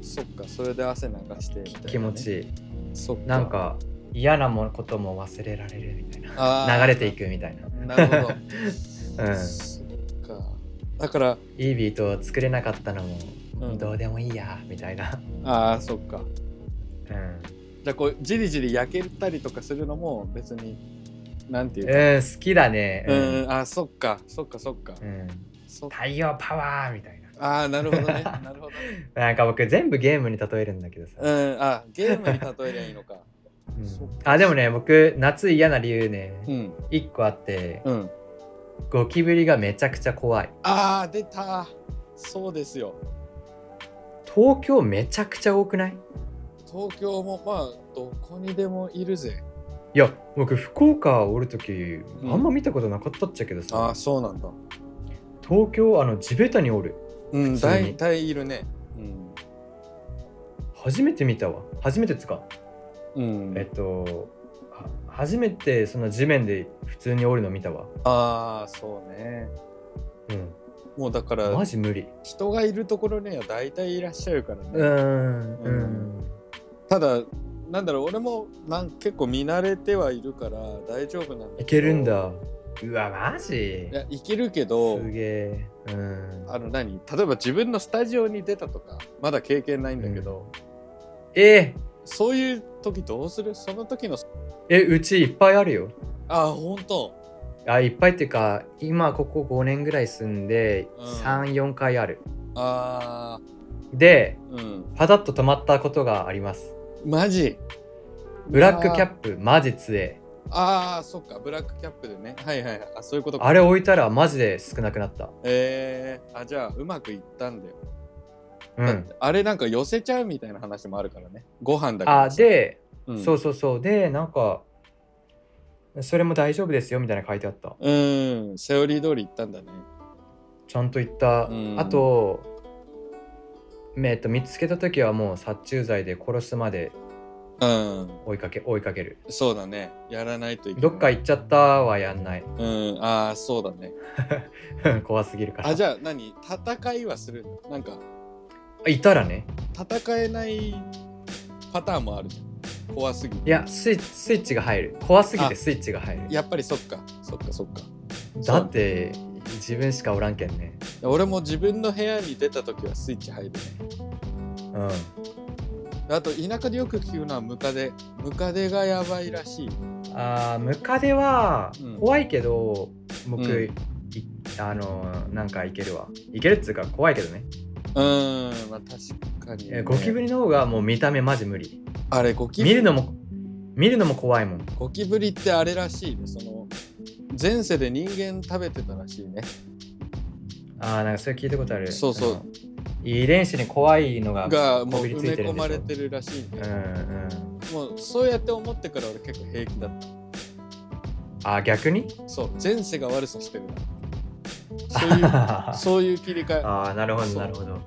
S2: ん
S1: そっかそれで汗流してみたいなね、
S2: 気持ちいい
S1: そっか
S2: なんか嫌なもことも忘れられるみたいな
S1: あー
S2: 流れていくみたいな
S1: なるほど。
S2: *laughs* うん
S1: そっか。だから、
S2: いいビートを作れなかったのも、
S1: うん
S2: どうでもいいやみたいな、
S1: ああ、そっか。
S2: うん
S1: じゃあこう、じりじり焼けたりとかするのも別に、なんていう
S2: うん、
S1: か。
S2: 好きだね
S1: うん、あーそっか、そっか、そっか。
S2: うんうん、
S1: そっ
S2: 太陽パワーみたいな
S1: ああ、なるほどね。なるほどね。
S2: なんか僕全部ゲームに例えるんだけどさ、
S1: うん、あゲームに例えりゃいいのか。
S2: うん
S1: そっか
S2: あでもね僕夏嫌な理由ね
S1: うん、
S2: 1個あって
S1: うん。
S2: ゴキブリがめちゃくちゃ怖い
S1: ああ、出た。そうですよ。
S2: 東京めちゃくちゃ多くない
S1: 東京もまあ、どこにでもいるぜ。
S2: いや僕福岡おる時
S1: うん
S2: あんま見たことなかったっちゃけど
S1: あ
S2: さ、
S1: あ、そうなんだ。
S2: 東京あの地べたにおる
S1: うん、
S2: 普通に
S1: 大体いるね。うん。
S2: 初めて見たわ初めてっつうか
S1: うん
S2: えっ、とは初めてその地面で普通におるの見たわ
S1: ああ、そうね。
S2: うん
S1: もうだから、
S2: マジ無理
S1: 人がいるところには大体いらっしゃるからね、
S2: ん
S1: うただなんだろう俺もなん結構見慣れてはいるから大丈夫なんだけど
S2: いけるんだうわマジ
S1: いやいけるけど
S2: すげえうん
S1: あの何例えば自分のスタジオに出たとかまだ経験ないんだけど、
S2: え
S1: そういう時どうするその時の
S2: えうちいっぱいあるよ
S1: あ本当
S2: あいっぱいっていうか今ここ5年ぐらい住んで
S1: うん
S2: 34回ある、
S1: あ
S2: で
S1: ーうん
S2: パタッと止まったことがあります
S1: マジ
S2: ブラックキャ
S1: プ
S2: ップマジ強え
S1: あーあーそっかブラックキャップでねはいはいはいあそういうことか
S2: あれ置いたらマジで少なくなった
S1: えー、あじゃあうまくいったんだよ
S2: う
S1: だっ
S2: ん
S1: てあれなんか寄せちゃうみたいな話もあるからねご飯だから
S2: あで
S1: うん
S2: そうそうそうでなんかそれも大丈夫ですよみたいなの書いてあった
S1: うんセオリー通り行ったんだね
S2: ちゃんと言った、
S1: うん
S2: あと、めえっと、見つけた時はもう殺虫剤で殺すまで
S1: うん
S2: 追いかけ追いかける
S1: そうだねやらないといけない
S2: どっか行っちゃったはやんない *laughs*
S1: うんああそうだね
S2: 怖すぎるから
S1: あじゃあ何戦いはするのなんか
S2: あいたらね
S1: 戦えないパターンもあるじゃん怖すぎて
S2: いやスイッスイッチが入る怖すぎ
S1: あ
S2: てスイッチが入る
S1: やっぱりそっかそっかそっか
S2: だって自分しかおらんけんね
S1: そう俺も自分の部屋に出た時はスイッチ入るね
S2: うん
S1: あと田舎でよく聞くのはムカデムカデがやばいらしい
S2: あームカデは
S1: うん
S2: 怖いけど、僕、
S1: うん
S2: いあのーなんかいけるわいけるっつうか怖いけどね
S1: うんまあ確かにね、
S2: えーゴキブリの方がもう見た目マジ無理
S1: あれゴキブ
S2: 見
S1: リ
S2: るのも見るのも怖いもん
S1: ゴキブリってあれらしいねその前世で人間食べてたらしいね
S2: ああ、なんかそれ聞いたことある。
S1: そうそう
S2: あの。遺伝子に怖いのが
S1: がもう
S2: こびりつい
S1: 埋
S2: て
S1: め
S2: る
S1: 込
S2: んでしょ
S1: まれてるらしいんで、
S2: うんうん。
S1: もうそうやって思ってから俺結構平気だった
S2: ああ、逆に
S1: そう前世が悪さしてる
S2: *laughs*
S1: なそういう
S2: あ
S1: そういう切り替え
S2: あ、なるほど、
S1: そう
S2: なるほど。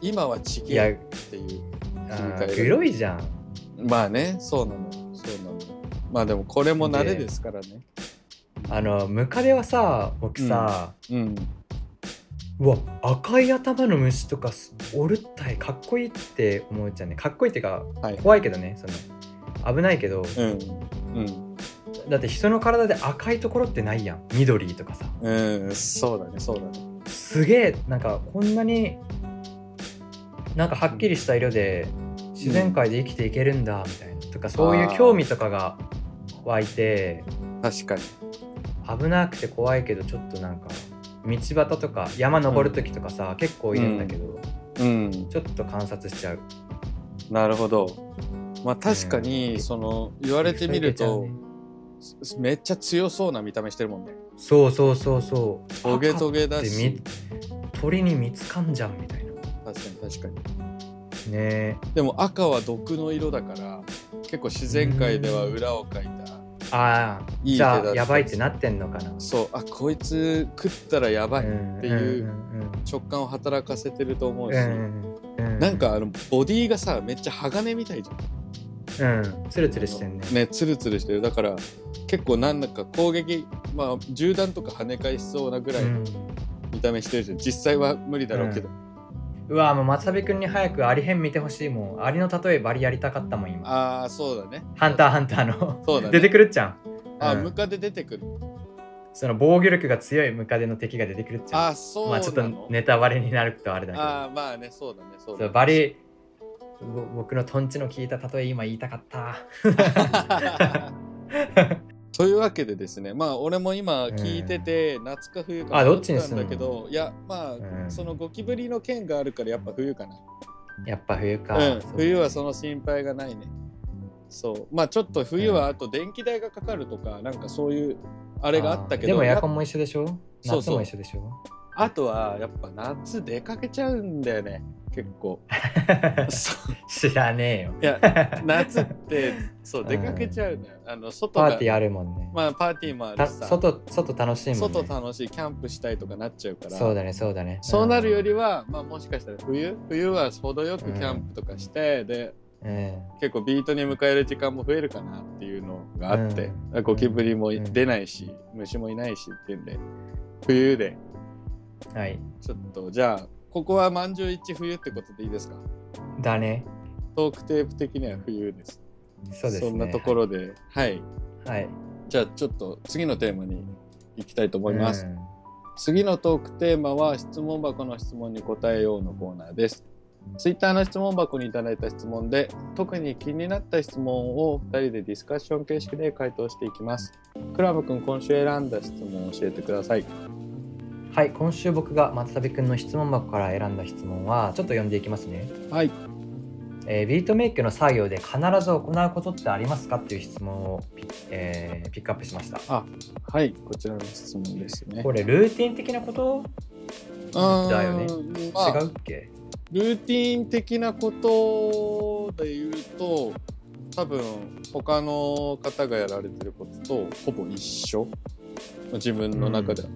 S1: 今はち
S2: い
S1: げ
S2: や、
S1: え
S2: あ
S1: っていう
S2: ーグロいじゃん。
S1: まあねそうなのそうなのまあでもこれも慣れですからね
S2: あの、ムカデはさ、僕さ、
S1: うん
S2: うわ、赤い頭の虫とかすおるったい、かっこいいって思うじゃんね。かっこいいっていうか、
S1: はい
S2: 怖いけどね、その、危ないけど、
S1: うんうん
S2: だって人の体で赤いところってないやん。緑とかさ。
S1: うん、そうだねそうだね
S2: すげえなんかこんなになんかはっきりした色で自然界で生きていけるんだみたいなとかそういう興味とかが湧いて
S1: 確かに
S2: 危なくて怖いけどちょっとなんか道端とか山登る時とかさ、結構いるんだけど、
S1: うん
S2: ちょっと観察しちゃう
S1: なるほどまあ確か
S2: う
S1: に
S2: ん
S1: その言われてみる
S2: そ
S1: と
S2: う
S1: めっちゃ強そうな見た目してるもんね
S2: そうそうそうそう
S1: トゲトゲだ
S2: 赤って
S1: し
S2: み鳥に見つかんじゃんみたいなね
S1: 確かに確かに
S2: え
S1: でも赤は毒の色だから結構自然界では裏をかいた
S2: ああ
S1: いい手
S2: じ
S1: だ
S2: ゃ
S1: っ
S2: あ
S1: た
S2: やばいってなってんのかな
S1: そうあこいつ食ったらやばいっていう
S2: うんうんうん
S1: 直感を働かせてると思うし、
S2: うん
S1: なん、かあのボディがさめっちゃ鋼みたいじゃん
S2: うん、ツルツルしてんね。
S1: ねツルツルしてるだから結構なんだか攻撃まあ銃弾とか跳ね返しそうなぐらい
S2: うん
S1: 見た目してるじゃん実際は無理だろうけど、
S2: うわもう松旅くんに早くアリ編見てほしいもん。アリの例えバリやりたかったもん今。
S1: ああそうだね
S2: ハンターハンターの
S1: そうだね
S2: 出てくるっちゃん。
S1: あ、
S2: うん
S1: ムカデ出てくる
S2: その防御力が強いムカデの敵が出てくるっちゃん。
S1: あーそうなの、
S2: まあちょっとネタバレになるとあれだけど
S1: あーまあねそうだねそう。
S2: そ
S1: だね
S2: うバリぼ僕のトンチの聞いた例え今言いたかった。
S1: *laughs* というわけでですねまあ俺も今聞いてて、夏か冬か
S2: あどっちに
S1: 迷た
S2: す
S1: ん
S2: ん
S1: だ
S2: の
S1: けどいやまあ、
S2: うん
S1: そのゴキブリの件があるからやっぱ冬かな、
S2: やっぱ冬か。
S1: うん
S2: そう、
S1: 冬はその心配がないねそうまあちょっと冬はあと電気代がかかるとか、なんかそういうあれがあったけど
S2: でもエアコ
S1: や
S2: ンも一緒でしょ
S1: そう
S2: 夏
S1: そう
S2: も一緒でしょ
S1: あとはやっぱ夏出かけちゃうんだよね結構そう
S2: 知らねえよ。 *laughs*
S1: いや夏ってそう出かけちゃうのよ、あの外
S2: パ
S1: が
S2: ーティーあるもんね。
S1: まあパーティーもある
S2: た
S1: しさ
S2: 外外楽しいもんね。
S1: 外楽しいキャンプしたいとかなっちゃうから
S2: そうだねそうだね。
S1: そうなるより
S2: は、
S1: は、まあ、もしかしたら冬冬は程よくキャンプとかして、で
S2: うん
S1: 結構ビートに迎える時間も増えるかなっていうのがあって、
S2: うん
S1: ゴキブリも
S2: うん
S1: 出ないし、虫もいないしっていうんで冬で
S2: はい。
S1: ちょっとじゃあここは満場一致冬ってことでいいですか
S2: だね。
S1: トークテープ的には冬です
S2: そうですね。
S1: んなところではい、
S2: はい。
S1: じゃあちょっと次のテーマに行きたいと思います、
S2: うん
S1: 次のトークテーマは質問箱の質問に答えようのコーナーです。ツイッターの質問箱にいただいた質問で特に気になった質問を2人でディスカッション形式で回答していきます。クラブくん今週選んだ質問を教えてください。
S2: はい、今週僕が松旅くんの質問箱から選んだ質問はちょっと読んでいきますね、
S1: はい。
S2: えービートメイクの作業で必ず行うことってありますかっていう質問をピ,、えーピックアップしました
S1: はい、こちらの質問ですね。
S2: これルーティン的なことだよね
S1: ね
S2: 違うっけ
S1: ルーティン的なことで言うと多分他の方がやられてることとほぼ一緒自分の中では、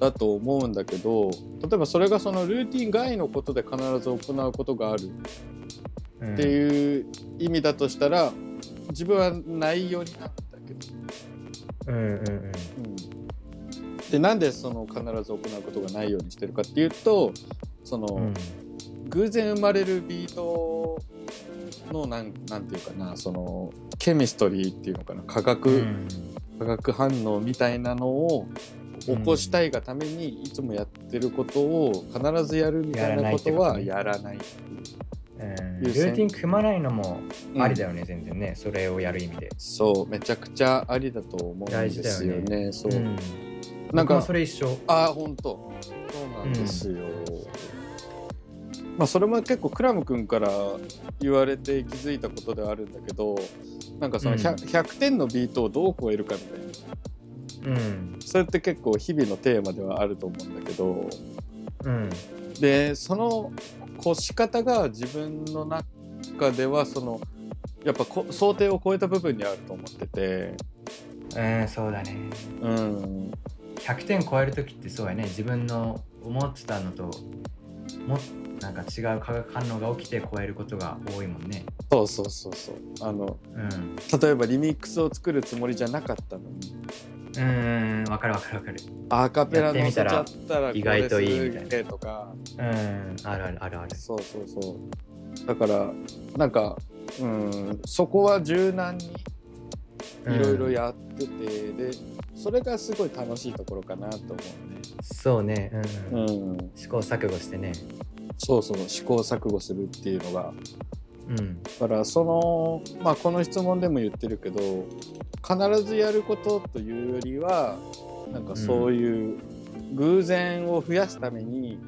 S1: だと思うんだけど例えばそれがそのルーティン外のことで必ず行うことがある
S2: うん
S1: っていう意味だとしたら、自分はないようになったけど、
S2: うんうんうん
S1: うんでなんでその必ず行うことがないようにしてるかっていうとその、
S2: うん
S1: 偶然生まれるビートのなんなんていうかなそのケミストリーっていうのかな化学、
S2: うん
S1: 化学反応みたいなのを起こしたいがためにいつもやってることを必ずやるみたいなことはや
S2: や
S1: らない。
S2: うんルーティン組まないのもありだよね、全然ねそれをやる意味で
S1: そうめちゃくちゃありだと思うんですよね。
S2: 大事だ
S1: そう、
S2: ん
S1: なん
S2: 僕も
S1: か
S2: それ一緒
S1: ああ本当そうなんですよ、まあそれも結構クラム君から言われて気づいたことではあるんだけどなんかその 100,、
S2: うん
S1: 100点のビートをどう超えるかみたいな
S2: うん
S1: それって結構日々のテーマではあると思うんだけど
S2: うん
S1: でそのこう仕方が自分の中ではそのやっぱこ想定を超えた部分にあると思ってて、
S2: うんそうだね
S1: うん、
S2: 100点超える時ってそうやね自分の思ってたのともなんか違う化学反応が起きて超えることが多いもんね
S1: そうそうそうそうあの
S2: うん
S1: 例えばリミックスを作るつもりじゃなかったのに
S2: うんわかるわかるわかる
S1: アカペラ乗せちゃったら
S2: やってみたら意外といいみた
S1: これ
S2: いな
S1: すげえとか
S2: うんあるあるあるある
S1: そうそうそうだからなんかうんそこは柔軟にいろいろやってて、でそれがすごい楽しいところかなと思
S2: そうね、うん
S1: うね、うん、
S2: 試行錯誤してね
S1: そうそう試行錯誤するっていうのが
S2: うん
S1: だからそのまあこの質問でも言ってるけど必ずやることというよりはなんかそういう偶然を増やすために、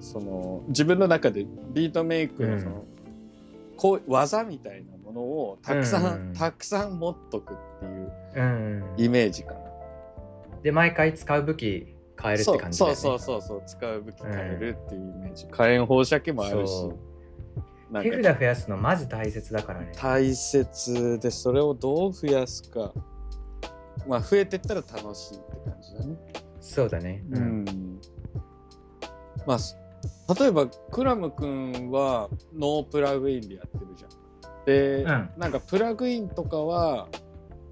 S1: その自分の中でビートメイクのその、
S2: うん
S1: こう技みたいなものをたくさん、
S2: うん
S1: たくさん持っとくっていう
S2: うん
S1: イメージかな。
S2: で毎回使う武器変えるっ
S1: そ
S2: て
S1: う
S2: 感じだ
S1: そ
S2: よ
S1: う
S2: ね
S1: そうそうそう使う武器変えるっていうイメージ、火炎放射器もあるし
S2: そう
S1: なんか
S2: 手札増やすのマジ大切だからね
S1: 大切でそれをどう増やすかまあ増えてったら楽しいって感じだね
S2: そうだね
S1: まあす例えばクラム君はノープラグインでやってるじゃんで、
S2: うん
S1: なんかプラグインとかは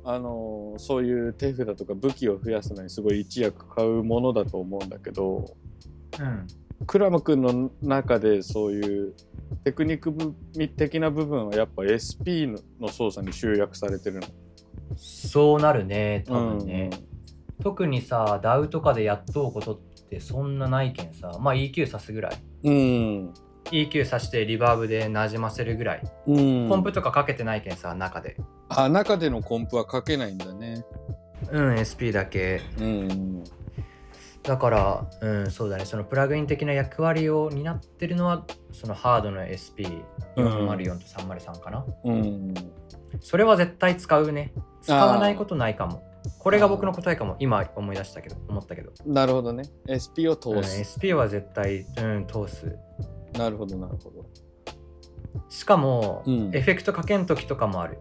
S1: あのーそういう手札とか武器を増やすのにすごい一役買うものだと思うんだけど
S2: うん
S1: クラム君の中でそういうテクニック部的な部分はやっぱ SP のの操作に集約されてるの
S2: そうなるね多分ね、特にさ DAW とかでやっとうことってそんなないけんさまあ EQ さすぐらい
S1: うん、
S2: EQ さしてリバーブでなじませるぐらい、
S1: うん
S2: コンプとかかけてないけんさ中で
S1: あ中でのコンプは書けないんだね
S2: うん SP だけ
S1: うん
S2: だからうんそうだねそのプラグイン的な役割を担ってるのはそのハードの SP404
S1: うん
S2: と303かな、
S1: うん
S2: それは絶対使うね使わないことないかもこれが僕の答えかも今思い出したけど思ったけど、
S1: なるほどね SP を
S2: うん、
S1: 通す、
S2: SP は絶対、うん、通す
S1: なるほどなるほど
S2: しかも、
S1: うん
S2: エフェクトかけん時とかもある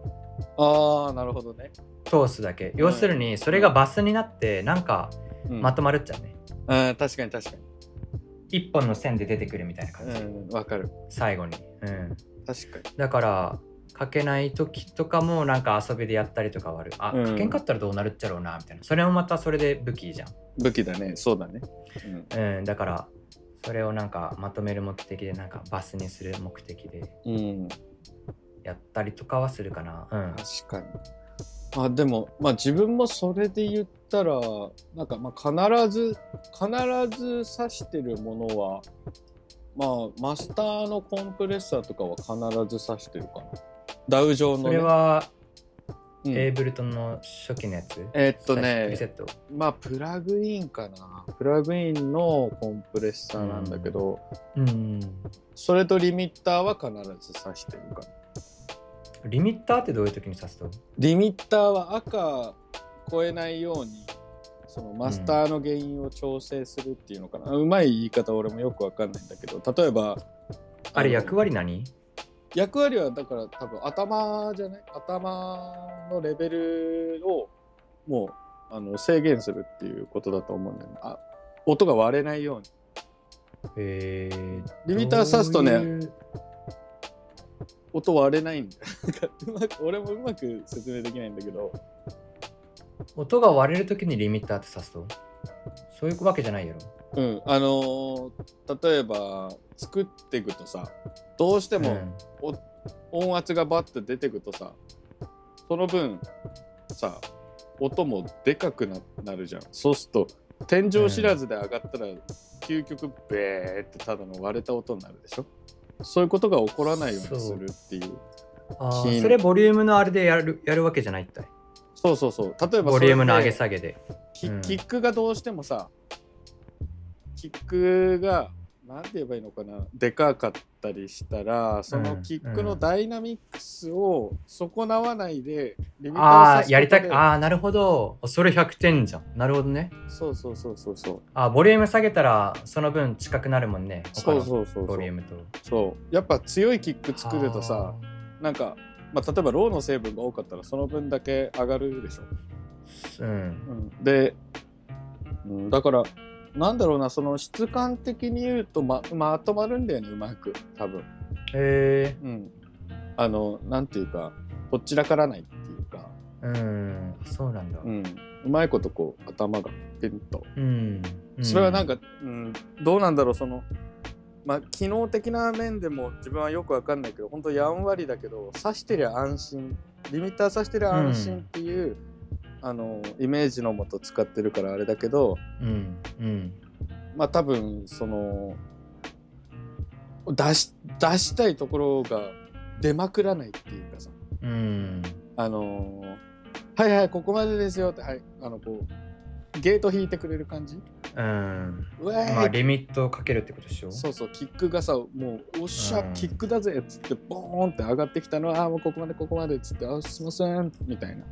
S1: ああなるほどね、
S2: 通すだけ要するにそれがバスになってなんか
S1: うん
S2: まとまるっちゃうね、
S1: うん確かに確か
S2: 一本の線で出てくるみたいな感
S1: に
S2: じ、
S1: うんわかる
S2: 最後に、うん、
S1: 確かに
S2: だからかけない時とかもなんか遊びでやったりとかはあるあ、
S1: うん
S2: かけんかったらどうなるっちゃろうなみたいなそれもまたそれで武器じゃ
S1: 武器だねそうだね、
S2: ん、うん、だからそれをなんかまとめる目的でなんかバスにする目的で
S1: うん、うん、
S2: やったりとかはするかなうん
S1: 確かにまあでもまあ自分もそれで言ったらなんかまあ必ず必ず指してるものはまあマスターのコンプレッサーとかは必ず指してるかなダウ上の、ね、
S2: それは
S1: うん
S2: エイブルトンの初期のやつ、
S1: えーっと
S2: リセ
S1: ね
S2: ット
S1: まあプラグインかなプラグインのコンプレッサーなんだけど、
S2: うん
S1: それとリミッターは必ず指してるかな
S2: リミッターってどういう時に指すと
S1: リミッターは赤超えないようにそのマスターの原因を調整するっていうのかな、うまい言い方俺もよくわかんないんだけど例えば
S2: あれ
S1: の
S2: 役割何
S1: 役割はだから多分頭じゃない頭のレベルをもうあの制限するっていうことだと思うんだよねあ音が割れないように
S2: えー、
S1: リミッター指すとね
S2: どういう
S1: 音割れないんだよなんかうまく俺もうまく説明できないんだけど
S2: 音が割れる時にリミッターって指すとそういうわけじゃないやろ
S1: うんあのー例えば作っていくとさどうしても、
S2: うん
S1: 音圧がバッと出てくとさその分さ音もでかくななるじゃんそうすると天井知らずで上がったら、究極ベーってただの割れた音になるでしょそういうことが起こらないようにするっていう
S2: あ
S1: シー
S2: ー
S1: ン
S2: それボリュームのあれでやるやるわけじゃないったい
S1: そうそうそう例えば
S2: ボリュームの上げ
S1: さ
S2: 下げで
S1: キ
S2: うん
S1: キックがどうしてもさキックがなんて言えばいいのかなでかかったりしたらそのキックのダイナミックスを損なわないでリミッターを
S2: ああ、やりたく、
S1: あ
S2: ああ、なるほど。それ100点じゃん。なるほどね。
S1: そうそうそうそうそう
S2: あボリューム下げたら、その分近くなるもんね。他
S1: そ
S2: の
S1: うそうそうそ
S2: ボ
S1: う
S2: リュームと。
S1: そうやっぱ強いキック作るとさなんか、まあ、例えばローの成分が多かったらその分だけ上がるでしょ、
S2: あー。うん。
S1: で、うん、だからなんだろうなその質感的に言うとままとまるんだよねうまく多分
S2: へえ。
S1: うんあのなんていうかどちらからないっていうか、
S2: うん。そうなんだ。
S1: うん、うまいことこう頭がピンと
S2: うん。
S1: それはなん
S2: か、
S1: か、うん、どうなんだろうそのまあ機能的な面でも自分はよくわかんないけど本当やんわりだけど刺してりゃ安心リミッター刺してりゃ安心っていう、あのイメージのもと使ってるからあれだけど
S2: うん。うん。
S1: まあ多分その出し出したいところが出まくらないっていうかさ
S2: うん。
S1: あのはいはいここまでですよってはいあのこうゲート引いてくれる感じ
S2: うん。
S1: うわーい
S2: まあ、リミットをかけるってことでしょ
S1: そうそうキックがさもうおっしゃ、
S2: うん
S1: キックだぜっつってボーンって上がってきたのはあーもうここまでここまでっつってあーすいませんみたいな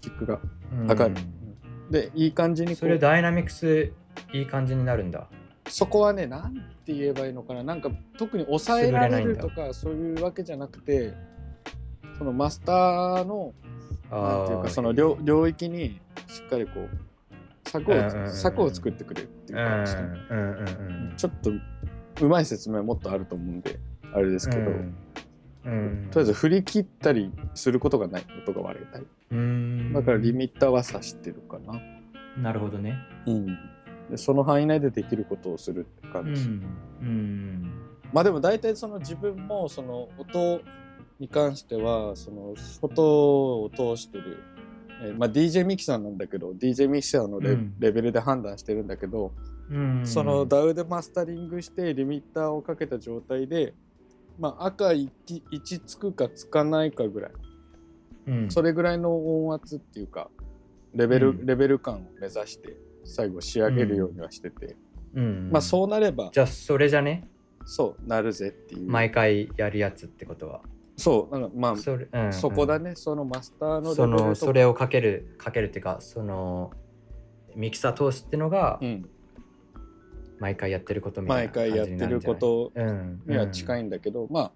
S1: キックが
S2: うん。
S1: わかるでいい感じにこう
S2: それダイナミクス、いい感じになるんだ。
S1: そこはねなんて言えばいいのかななんか特に抑えられるとかそういうわけじゃなくてそのマスターの
S2: あ
S1: な
S2: あ。
S1: んていうかその領領域にしっかりこう柵を,、
S2: うんうんうん
S1: 柵を作ってくれるって
S2: う
S1: い
S2: ん
S1: う
S2: う
S1: 感じ、
S2: んうんうん。
S1: ちょっとうまい説明はもっとあると思うんであれですけど。
S2: うんうん、
S1: とりあえず振り切ったりすることがないことが悪いタイプ
S2: うーん
S1: だからリミッターは指してるかな、
S2: なるほどね
S1: うん、でその範囲内でできることをするって
S2: う
S1: 感じ、
S2: んうん
S1: まあでも大体その自分もその音に関してはその外を通してる、えーまあ、DJ ミキさんなんだけど DJ ミキさんのレ,、
S2: うん
S1: レベルで判断してるんだけど、
S2: うん
S1: そのダウでマスタリングしてリミッターをかけた状態で、まあ、赤 1, 1つくかつかないかぐらい
S2: うん
S1: それぐらいの音圧っていうかレベル、
S2: うん
S1: レベル感を目指して最後仕上げるようにはしてて、
S2: うん
S1: まあそうなれば
S2: じゃあそれじゃね
S1: そうなるぜっていう、
S2: 毎回やるやつってことは
S1: そうなんかまあそ,、
S2: それ、うん、
S1: こだねそのマスター
S2: うん
S1: の
S2: そ
S1: レベルと
S2: のそれをかけるかけるっていうかそのミキサー通すってのが
S1: うん、
S2: 毎回やってることみた
S1: 毎
S2: いな感じ
S1: 回
S2: にな
S1: やっ
S2: るんじ
S1: て
S2: ゃ
S1: るこ
S2: ない
S1: と
S2: うん
S1: には近
S2: い
S1: いんだけど、まあ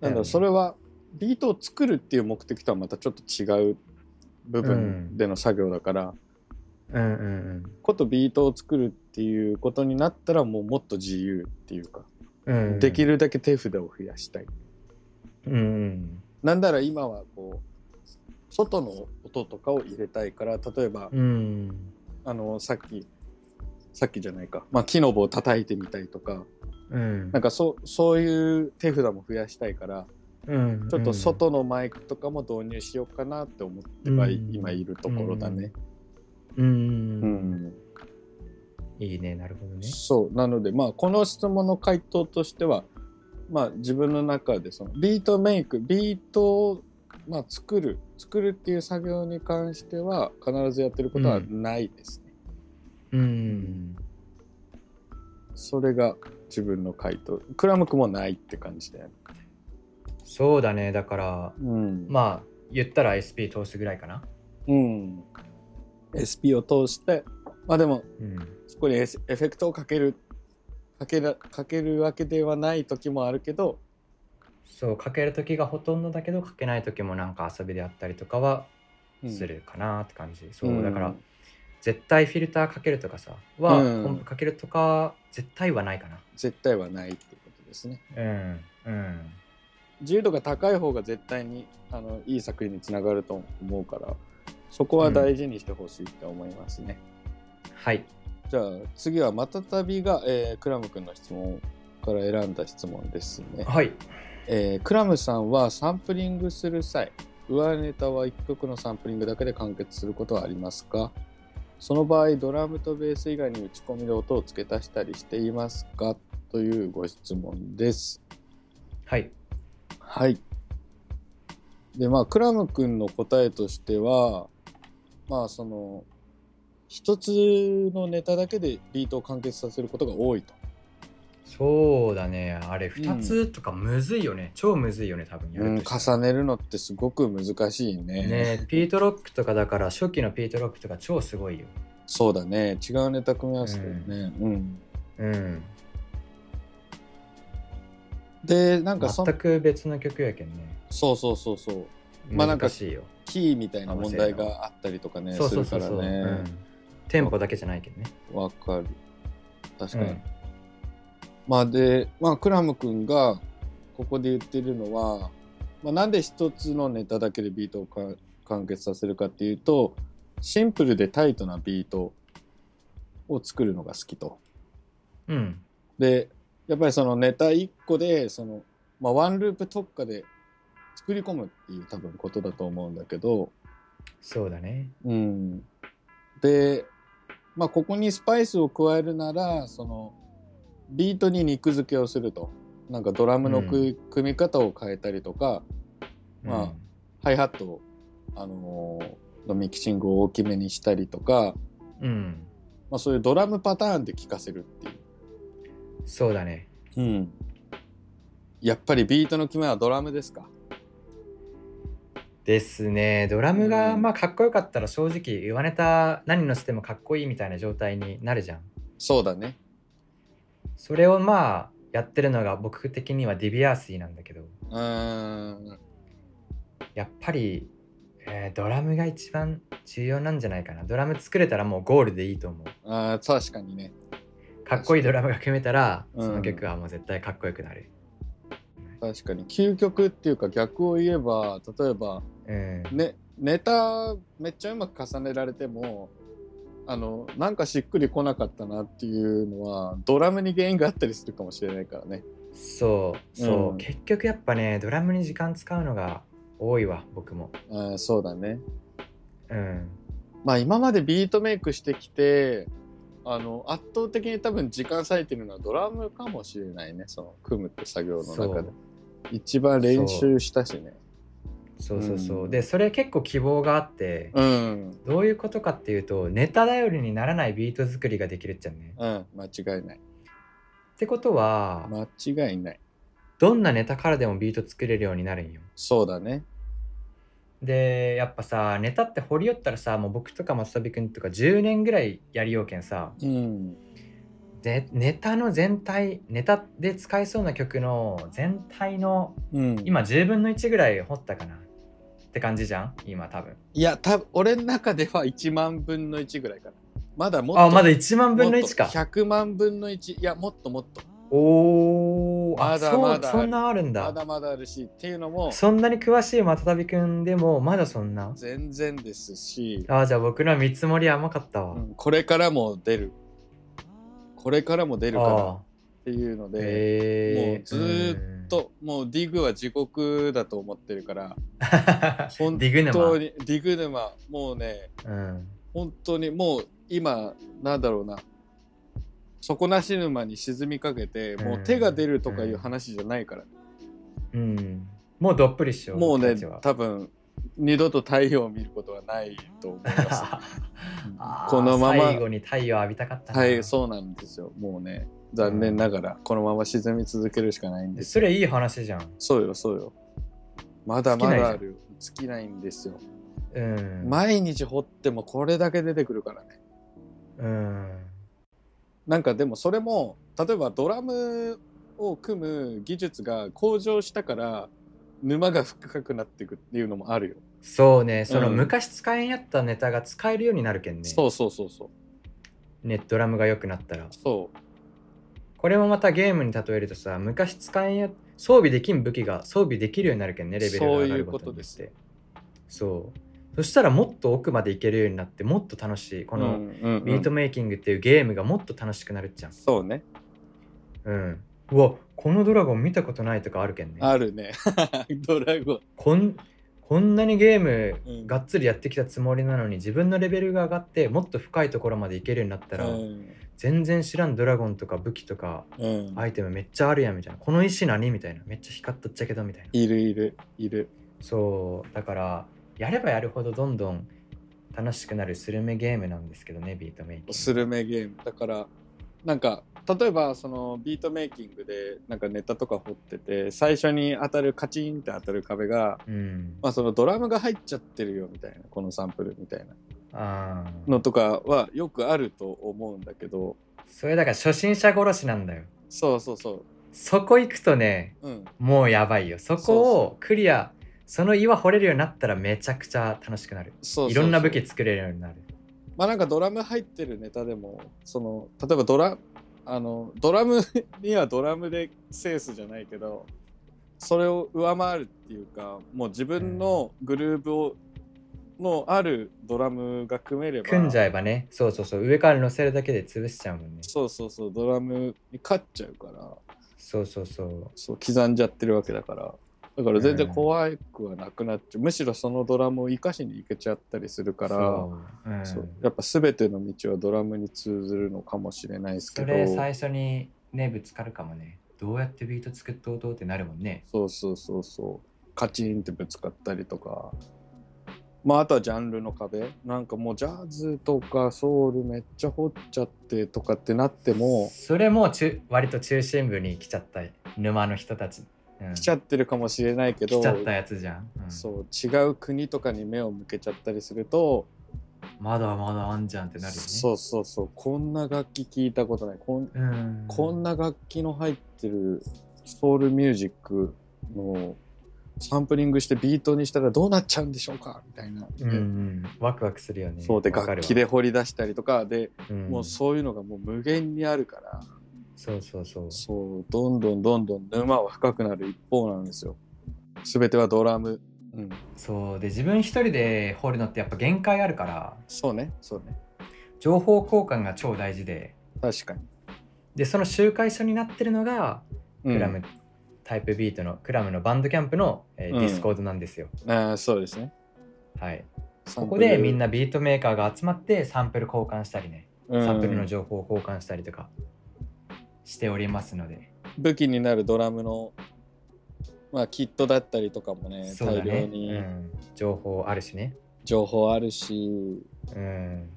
S1: なんだろ
S2: だよ
S1: う
S2: ね
S1: それはビートを作るっていう目的とはまたちょっと違う部分での作業だから、
S2: うんうん
S1: ことビートを作るっていうことになったらもうもっと自由っていうか、
S2: うんうん
S1: できるだけ手札を増やしたい
S2: うん
S1: なんなら今はこう外の音とかを入れたいから例えば、
S2: うんうん
S1: あのさっきさっきじゃないか、まあ、木の棒叩いてみたいとか
S2: うん
S1: なんかそうそういう手札も増やしたいから
S2: うん
S1: ちょっと外のマイクとかも導入しようかなって思ってはい、
S2: うん
S1: 今いるところだね。
S2: うん、
S1: う
S2: うんんいいねなるほどね
S1: そうなのでまあこの質問の回答としてはまあ自分の中でそのビートメイクビートをまあ作る作るっていう作業に関しては必ずやってることはないですね、
S2: うん
S1: それが自分の回答クラムクもないって感じだよね
S2: そうだねだから
S1: うん、
S2: まあ言ったら SP 通すぐらいかな
S1: うん、SP を通してまあでも
S2: うん
S1: そこにエスエフェクトをかけるかけらかけるわけではない時もあるけど
S2: そうかける時がほとんどだけどかけない時もなんか遊びであったりとかは
S1: うん
S2: するかなって感じ、そううんだから絶対フィルターかけるとかさは、
S1: うん
S2: コンプかけるとか絶対はないかな
S1: 絶対はないっていうことですね
S2: うんうん
S1: 自由度が高い方が絶対にあのいい作品につながると思うからそこは大事にしてほしいって思いますね、
S2: はい
S1: じゃあ次はまたたびが、えークラム君の質問から選んだ質問です
S2: *laughs*
S1: ね、
S2: はい
S1: えークラムさんはサンプリングする際上ネタは1曲のサンプリングだけで完結することはありますかその場合ドラムとベース以外に打ち込みで音を付け足したりしていますかというご質問です
S2: はい
S1: はい。で、まあ、クラム君の答えとしては、まあ、その、一つのネタだけでビートを完結させることが多いと。
S2: そうだね。あれ、
S1: ん
S2: 2つとかむずいよね。超むずいよね、多分や
S1: うん、
S2: るとしたら
S1: 重ねるのってすごく難しいね
S2: ねえピートロックとかだから、初期のピートロックとか超すごいよ。
S1: そうだね違うネタ組み合わせだよね、うん、
S2: うん。
S1: でなんかそ
S2: 全く別の曲やけんね。
S1: そうそうそうそうまあなんか
S2: 難しいよ。
S1: キーみたいな問題があったりとかね
S2: そう
S1: す
S2: そ
S1: る
S2: うそ
S1: か
S2: う
S1: ら
S2: そう、
S1: ね
S2: うん。テンポだけじゃないけどね。
S1: わ、かる確か
S2: う
S1: に、
S2: ん。
S1: まあで、まあ、クラム君がここで言ってるのは、まあ、なんで一つのネタだけでビートをか完結させるかっていうとシンプルでタイトなビートを作るのが好きと。
S2: うん。
S1: でやっぱりそのネタ1個でその、まあ、ワンループ特化で作り込むっていう多分ことだと思うんだけど、
S2: そうだね。
S1: うん、で、まあ、ここにスパイスを加えるならそのビートに肉付けをするとなんかドラムのく、
S2: うん
S1: 組み方を変えたりとかまあ
S2: うん
S1: ハイハットを、あのーのミキシングを大きめにしたりとか、
S2: うん。
S1: まあ、そういうドラムパターンで聴かせるっていう。
S2: そうだね。
S1: うん、やっぱりビートの決めはドラムですか
S2: ですね。ドラムが、
S1: うん
S2: まあかっこよかったら正直言われた何のしてもかっこいいみたいな状態になるじゃん。
S1: そうだね
S2: それをまあやってるのが僕的にはディビアースイなんだけど、
S1: うーん
S2: やっぱり、えードラムが一番重要なんじゃないかな。ドラム作れたらもうゴールでいいと思う。
S1: あー確かにね
S2: かっこいいドラムが決めたら、
S1: うん
S2: その曲はもう絶対かっこよくなる。
S1: 確かに究極っていうか逆を言えば例えば
S2: うん。
S1: ね、ネタめっちゃうまく重ねられてもあのなんかしっくりこなかったなっていうのはドラムに原因があったりするかもしれないからね
S2: そう、そう、
S1: うん
S2: 結局やっぱね、ドラムに時間使うのが多いわ、僕も。
S1: あーそうだね
S2: うん。
S1: まあ今までビートメイクしてきてあの圧倒的に多分時間割いてるのはドラムかもしれないねその組むって作業の中で一番練習したしね
S2: そうそうそう。
S1: うん
S2: で、それ結構希望があって、
S1: うん
S2: どういうことかっていうとネタ頼りにならないビート作りができるっちゃね。
S1: うん間違いない
S2: ってことは、
S1: 間違いない
S2: どんなネタからでもビート作れるようになるんよ。
S1: そうだね
S2: でやっぱさネタって掘り寄ったらさもう僕とか松びくんとか10年ぐらいやりようけんさ
S1: うん
S2: でネタの全体ネタで使えそうな曲の全体の
S1: うん
S2: 今10分の1ぐらい掘ったかなって感じじゃん今多分。
S1: いや、多分俺の中では1万分の1ぐらいかな。まだもっと。
S2: あまだ1万分の1
S1: もっ
S2: か
S1: と。100万分の1。いや、もっともっと。
S2: おお、あ
S1: まだ
S2: そう
S1: まだ
S2: そんなあるんだ。
S1: まだまだあるし、っていうのも
S2: そんなに詳しいまたたびくんでもまだそんな
S1: 全然ですし、
S2: ああじゃあ僕の見積もり甘かったわ、
S1: うんこれからも出る。これからも出るからっ
S2: ああ
S1: ていうので、
S2: へえ
S1: もうずー
S2: っ
S1: と、もうディグは地獄だと思ってるから、
S2: 本ディ
S1: 本
S2: グ沼
S1: 当に、ディグ沼、もうね、
S2: うん、
S1: 本当にもう今なんだろうな底なし沼に沈みかけてもう手が出るとかいう話じゃないから、
S2: うん、もうどっぷりっしよう
S1: もうね
S2: 僕たちは
S1: 多分二度と太陽を見ることはないと思います
S2: *laughs* ああ
S1: このまま
S2: 最後に太陽浴びたかったな
S1: はいそうなんですよもうね残念ながらこのまま沈み続けるしかないんです
S2: それいい話じゃん、
S1: そうよそうよまだま
S2: 尽き
S1: だ
S2: ない
S1: あるよ尽きないんですよ
S2: うん
S1: 毎日掘ってもこれだけ出てくるからね
S2: うん、
S1: なんかでもそれも例えばドラムを組む技術が向上したから沼が深くなっていくっていうのもあるよ。
S2: そうねその
S1: うん
S2: 昔使えんやったネタが使えるようになるけんね、
S1: そうそうそうそう
S2: ネットラムが良くなったら
S1: そう
S2: これもまたゲームに例えるとさ昔使えんや装備できん武器が装備できるようになるけんねレベルが上がることによっ
S1: そうい
S2: てそうそしたらもっと奥までいけるようになってもっと楽しいこ
S1: う
S2: の
S1: んうんうん
S2: ビートメイキングっていうゲームがもっと楽しくなるっちゃん
S1: そうね
S2: うんうわこのドラゴン見たことないとかあるけんね
S1: あるね *laughs* ドラゴン
S2: こんこんなにゲー
S1: う
S2: ム
S1: ん
S2: がっつりやってきたつもりなのに自分のレベルが上がってもっと深いところまでいけるようになったら、
S1: うん
S2: 全然知らんドラゴンとか武器とか
S1: うん
S2: アイテムめっちゃあるやんみたいなこの石何みたいなめっちゃ光っとっちゃけどみたいない
S1: るいるいる
S2: そうだからやればやるほどどんどん楽しくなるスルメゲームなんですけどねビートメイキング
S1: スルメゲームだからなんか例えばそのビートメイキングでなんかネタとか掘ってて最初に当たるカチンって当たる壁が、
S2: うん。
S1: まあ、そのドラムが入っちゃってるよみたいなこのサンプルみたいな
S2: ああ。
S1: のとかはよくあると思うんだけど
S2: それだから初心者殺しなんだよ。
S1: そうそうそ
S2: そこ行くとね、
S1: ううん
S2: もうやばいよ。そこをクリア、その岩掘れるようになったらめちゃくちゃ楽しくなる。
S1: そうそうそう
S2: いろんな武器作れるようになる。
S1: まあなんかドラム入ってるネタでもその例えばドラあのドラムにはドラムで制すじゃないけどそれを上回るっていうかもう自分のグルーブを、のあるドラムが組めれば
S2: 組んじゃえばね、そうそうそう、上から乗せるだけで潰しちゃうもんね。
S1: そうそうそうドラムに勝っちゃうから
S2: そうそうそう。
S1: そう刻んじゃってるわけだからだから全然怖くはなくなっちゃう、むしろそのドラムを生かしに行けちゃったりするから
S2: そう,、うん、
S1: そ
S2: そう
S1: やっぱ全ての道はドラムに通ずるのかもしれないですけど
S2: れ最初にね、ぶつかるかもね。どうやってビート作っとどうってなるもんね。
S1: そうそうそうそうカチンってぶつかったりとかまああとはジャンルの壁なんかもうジャズとかソウルめっちゃ掘っちゃってとかってなっても
S2: それもちゅ割と中心部に来ちゃった沼の人たち。うん、
S1: 来ちゃってるかもしれないけど
S2: 来ちゃったやつじゃん。うん
S1: そう違う国とかに目を向けちゃったりすると、
S2: まだまだあんじゃんってなるよね。
S1: そうそうそうこんな楽器聞いたことないこん
S2: うん、
S1: こんな楽器の入ってるソウルミュージックのサンプリングしてビートにしたらどうなっちゃうんでしょうかみたいな。
S2: うんうん、ワクワクするよね。
S1: そうで
S2: わか
S1: 楽
S2: るわ
S1: 器で、掘り出したりとかで、
S2: うん
S1: もうそういうのがもう無限にあるから
S2: そうそうそう。
S1: そうどんどんどんどん沼は深くなる一方なんですよ全てはドラムうん
S2: そうで自分一人で掘るのってやっぱ限界あるから
S1: そうねそうね
S2: 情報交換が超大事で
S1: 確かに、
S2: でその集会所になってるのが
S1: うん、
S2: クラム、タイプビートのクラムのバンドキャンプの、えー
S1: うん
S2: ディスコードなんですよ。
S1: あーそうですね
S2: はい、
S1: こ
S2: ここでみんなビートメーカーが集まってサンプル交換したりねサンプルの情報を交換したりとかしておりますので、
S1: 武器になるドラムのまあキットだったりとかもね
S2: そうだ
S1: 大量
S2: ね、
S1: に
S2: うん、情報あるしね。
S1: 情報あるし、
S2: うん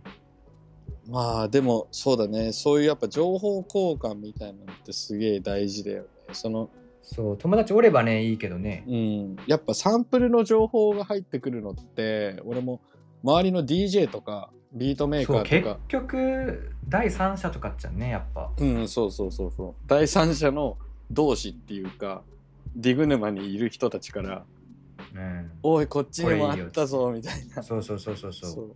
S1: まあでもそうだねそういうやっぱ情報交換みたいなのってすげえ大事だよねその
S2: そう友達おればねいいけどね
S1: う、ん、やっぱサンプルの情報が入ってくるのって俺も周りの DJ とかビートメーカ
S2: そう
S1: ー
S2: 結
S1: とか
S2: 局第三者とかっちゃねやっぱ
S1: うんそうそうそうそう第三者の同士っていうかディグ沼にいる人たちから
S2: うん
S1: *laughs* 「おいこっちにもあ
S2: これいいよ
S1: ったぞ」みたいな
S2: そうそうそうそうそう
S1: そう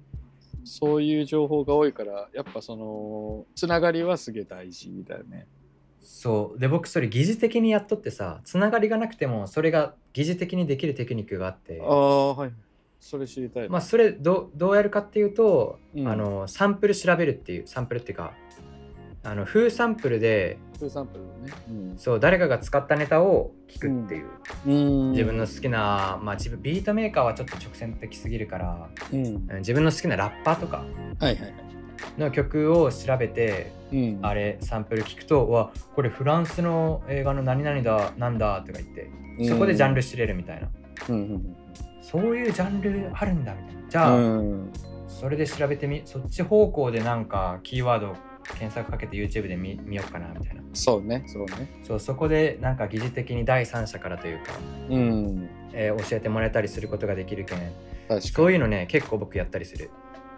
S1: そういう情報が多いからやっぱそのつながりはすげえ大事だよね。
S2: そうで僕それ疑似的にやっとってさつながりがなくてもそれが疑似的にできるテクニックがあって
S1: ああはいそれ知りたいな。
S2: まあそれどどうやるかっていうと、
S1: うん
S2: あのサンプル調べるっていうサンプルっていうかあの風サンプルで
S1: そういうサンプルね。うん
S2: そう誰かが使ったネタを聞くっていう、
S1: うん
S2: 自分の好きな、まあ、自分ビートメーカーはちょっと直線的すぎるから
S1: うん
S2: うん自分の好きなラッパーとか
S1: はいはいはい。
S2: の曲を調べて
S1: うん
S2: あれサンプル聞くとうわこれフランスの映画の何々だなんだとか言ってそこでジャンル知れるみたいな、
S1: うんうん
S2: そういうジャンルあるんだみたいなじ
S1: う
S2: ゃあ、
S1: んうん
S2: それで調べてみそっち方向でなんかキーワード検索かけて YouTube で見見ようかなみたいな
S1: そうね、そうね。
S2: そうそこでなんか疑似的に第三者からというか、
S1: うん。
S2: えー教えてもらえたりすることができるけん
S1: 確かに。
S2: そういうのね結構僕やったりする、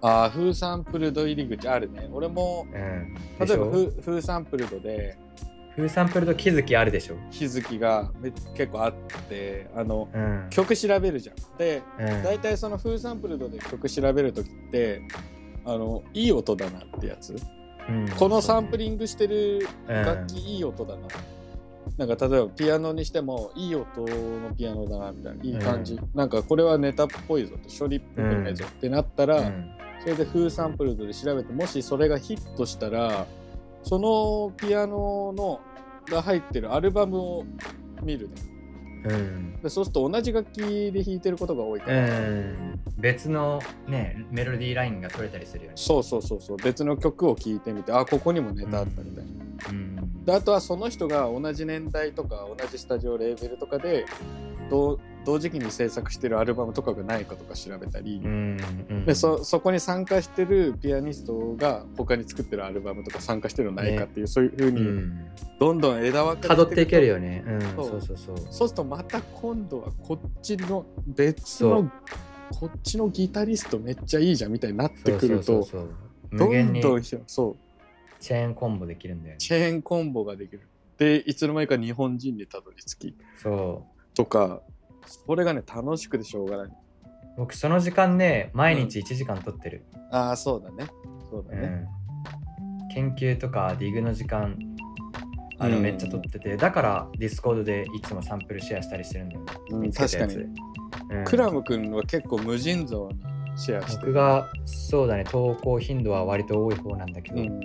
S1: ああ、風サンプルド入り口あるね。俺も、
S2: うん、で
S1: 例
S2: し
S1: えば
S2: ょ
S1: 風風サンプルドで
S2: 風サンプルと気づきあるでしょ、
S1: 気づきがめ結構あって、あの、
S2: うん
S1: 曲調べるじゃん。で、
S2: うん
S1: 大体その風サンプルドで曲調べるときって、あの、いい音だなってやつ。
S2: うん
S1: このサンプリングしてる
S2: うん
S1: 楽器いい音だな。なんか例えばピアノにしてもいい音のピアノだなみたいないい感じ、
S2: う
S1: なんかこれはネタっぽいぞって処理っぽくないぞってなったら、
S2: うん
S1: それで風サンプルで調べてもしそれがヒットしたらそのピアノのが入ってるアルバムを見るね
S2: うん
S1: でそうすると同じ楽器で弾いてることが多いか
S2: う
S1: ら、
S2: ん、別のねメロディーラインが取れたりするよね。
S1: そうそうそうそう別の曲を聴いてみてあここにもネタあったみたいな、
S2: うん
S1: であとはその人が同じ年代とか同じスタジオレーベルとかで同同時期に制作してるアルバムとかがないかとか調べたり、
S2: うんうん、
S1: でそそこに参加してるピアニストが他に作ってるアルバムとか参加してるのないかっていう、そういうふう
S2: う
S1: に
S2: ん、
S1: どんどん枝分か
S2: 辿っていける
S1: よ
S2: よね、うん、
S1: そう
S2: そうそうそう
S1: そうするとまた今度はこっちの別のこっちのギタリストめっちゃいいじゃんみたいになってくる
S2: そう
S1: と
S2: そうそうそう
S1: ど
S2: 無限
S1: ん
S2: に
S1: どんひそう
S2: チェーンコンボできるんだよね
S1: チェーンコンボができるでいつの間にか日本人にたどり着き
S2: そう
S1: とかそれがね楽しくてしょうがない
S2: 僕その時間ね毎日1時間取ってる、
S1: ああそうだねそうだ
S2: うん
S1: ね、
S2: 研究とかディグの時間あの
S1: うん
S2: めっちゃ取ってて、だからディスコードでいつもサンプルシェアしたりしてるんだよ、
S1: うん
S2: 見つけ
S1: 確
S2: た
S1: か
S2: やつ
S1: に
S2: うん
S1: クラム君は結構無尽蔵にシェアして
S2: 僕がそうだね投稿頻度は割と多い方なんだけど、
S1: うん、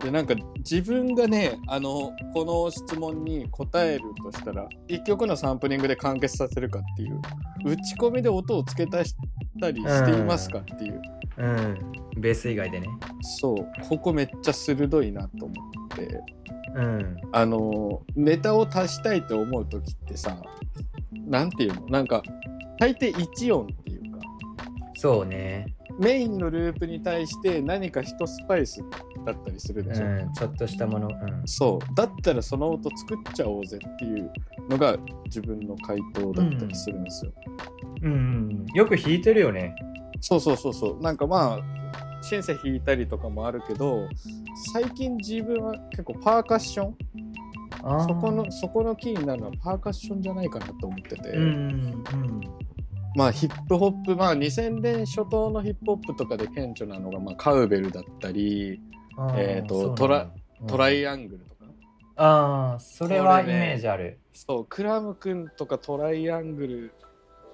S1: でなんか自分がねあのこの質問に答えるとしたら一曲のサンプリングで完結させるかっていう打ち込みで音を付け足したりしていますかっていう、
S2: うん、ベース以外でね
S1: そうここめっちゃ鋭いなと思って
S2: うん
S1: あのネタを足したいと思う時ってさなんていうのなんか大抵1音っていうか
S2: そうね
S1: メインのループに対して何か一スパイスだったりする
S2: う
S1: でしょ、
S2: んちょっとしたものうん
S1: そうだったらその音作っちゃおうぜっていうのが自分の回答だったりするんですよ、
S2: うんうんよく弾いてるよね
S1: そうそうそうそうなんかまあシンセ弾いたりとかもあるけど最近自分は結構パーカッション
S2: あー
S1: そこのそこのキーになるのはパーカッションじゃないかなと思ってて、
S2: うんうん
S1: まあヒップホップまあ2000年初頭のヒップホップとかで顕著なのが、まあ、カウベルだったり、
S2: あー
S1: えーと
S2: そうなんだ
S1: トラ
S2: うん
S1: トライアングルとか
S2: ああそれはイ
S1: これね
S2: メージある
S1: そうクラム君とかトライアングル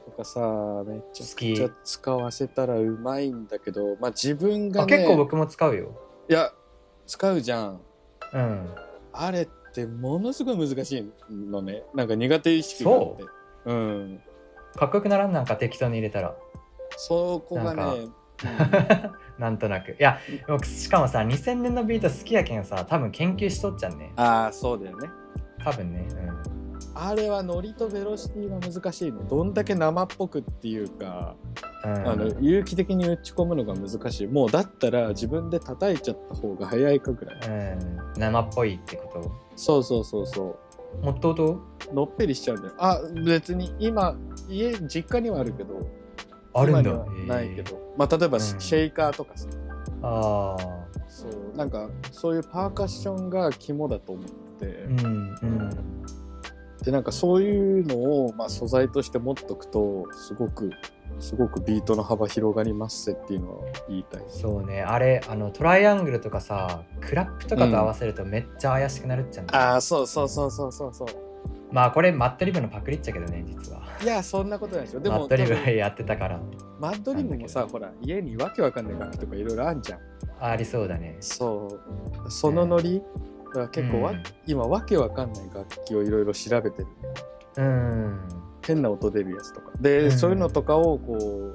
S1: とかさめちゃくちゃ
S2: 好
S1: 使わせたらうまいんだけどまあ自分が
S2: あ
S1: ね
S2: 結構僕も使うよ
S1: いや使うじゃん
S2: うん
S1: あれってものすごい難しいのねなんか苦手意識があってうん
S2: かっこよくならんなんか適当に入れたら
S1: そこがね
S2: なんとなくいや僕しかもさ2000年のビート好きやけんさ多分研究しとっちゃんね
S1: ああそうだよね
S2: 多分ねうん
S1: あれはノリとベロシティが難しいのどんだけ生っぽくっていうか
S2: うん
S1: あの有機的に打ち込むのが難しいもうだったら自分で叩いちゃった方が早いかぐらい
S2: うん、生っぽいってこ
S1: そうそうそうそう
S2: ともっと音
S1: のっぺりしちゃうんだよあ別に今家実家にはあるけど
S2: あるん
S1: 今
S2: だ
S1: にはないけど、まあ、例えばシ
S2: うん
S1: ェイカーとかさ、
S2: ああ
S1: そうなんかそういうパーカッションが肝だと思って、
S2: うんうん
S1: でなんかそういうのを、まあ、素材として持っとくとすごくすごくビートの幅広がりますっていうのを言いたい
S2: そうねあれあのトライアングルとかさクラップとかと合わせるとめっちゃ怪しくなるっちゃうんだよ
S1: ああそうそうそうそうそうそう
S2: まあこれマットリブのパクリっちゃけどね実はい
S1: やそんなことないでしょで
S2: マ
S1: も
S2: ットリブ
S1: 多分
S2: やってたから
S1: マッドリブもさほら家にわけわかんない楽器とかいろいろあんじゃん
S2: ありそうだね
S1: そうそのノリ、だから結構わ、
S2: うん
S1: 今わけわかんない楽器をいろいろ調べてる
S2: うん
S1: 変な音出るやつとかで、
S2: うん
S1: そういうのとかをこう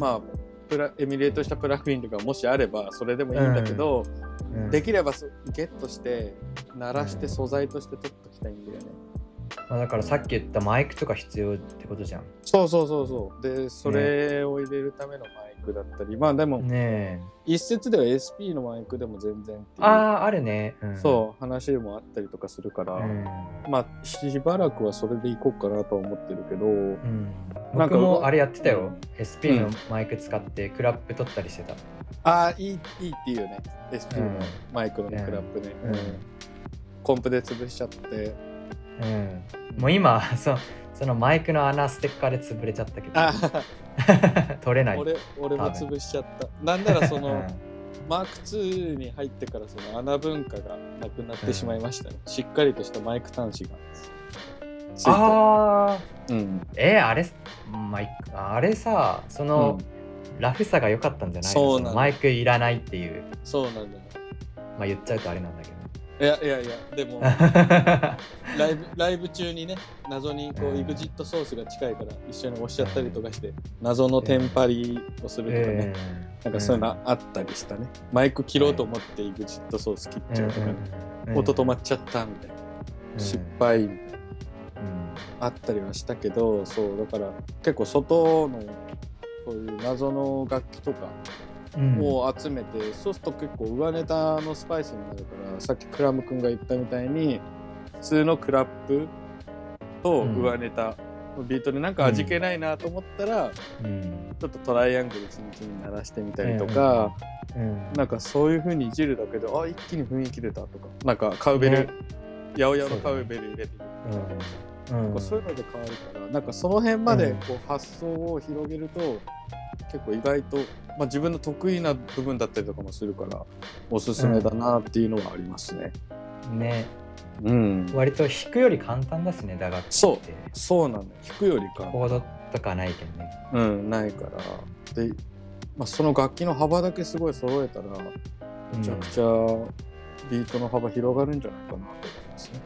S1: まあプラエミュレートしたプラグインとかもしあればそれでもいいんだけど、
S2: うん
S1: できればそゲットして鳴らし
S2: う
S1: て
S2: ん
S1: 素材として取っときたいんだよね、
S2: まあ、だからさっき言ったマイクとか必要ってことじゃん
S1: そうそうそうそうでそれを入れるためのマイクだったり、まあでも
S2: ねえ
S1: 一説では SP のマイクでも全然っていう
S2: あああるね、うん、
S1: そう話もあったりとかするから、
S2: うん、
S1: まあしばらくはそれでいこうかなとは思ってるけど、
S2: うん、
S1: なんか
S2: 僕もあれやってたよ、
S1: うん
S2: SP のマイク使ってクラップ取ったりしてた、
S1: ああいいいいっていうね SP
S2: うん
S1: のマイクのクラップね、
S2: うん
S1: うんコンプで潰しちゃって
S2: うん、もう今 *laughs* そそのマイクの穴ステッカーで潰れちゃったけ
S1: あ
S2: ど
S1: ー
S2: *laughs* 取れない
S1: 俺俺も潰しちゃったなんならそ *laughs* のマーク2に入ってからその穴文化がなくなってしまいましたね、しっかりとしたマイク端子がついて
S2: ああ
S1: うん
S2: えーあれマイクあれさその、ラフさが良かったんじゃないの
S1: そうなの
S2: そのマイクいらないっていう
S1: そうなんだよ
S2: まあ言っちゃうとあれなん
S1: *laughs*
S2: だけど
S1: いやいやいやでもライブライブ中にね謎にこう、
S2: うん
S1: EXIT ソースが近いから一緒に押しちゃったりとかして謎のテンパリをするとかね、なんかそういうのあったりしたね。マイク切ろうと思ってイグジットソース切っちゃうとか、ね音止ま
S2: っ
S1: っちゃったみたいな。失敗みたいな。
S2: うん
S1: あったりはしたけどそうだから結構外のそういう謎の楽器とか
S2: うん、
S1: を集めて、そうすると結構上ネタのスパイスになるからさっきクラム君が言ったみたいに普通のクラップと
S2: うん
S1: 上ネタのビートでなんか味気ないなと思ったら、ち
S2: うん
S1: ょっとトライアングル一日に鳴らしてみたりとか、
S2: うん
S1: なんかそういう風にいじるだけであ一気に雰囲気出たとかなんかカウベル、
S2: ね
S1: 八百屋のカウベル入れてみたりとか
S2: うんうん
S1: こうそういうので変わるからなんかその辺までこう発想を広げると、結構意外と、まあ、自分の得意な部分だったりとかもするからおすすめだなっていうのはありますね。
S2: ね
S1: うん、
S2: 割と弾くより簡単だしね打楽器って
S1: そうそうなの弾くよりか、
S2: コードとかないけどね
S1: うん、ないからで、まあ、その楽器の幅だけすごい揃えたらめちゃくちゃビートの幅広がるんじゃないかなと思いますね。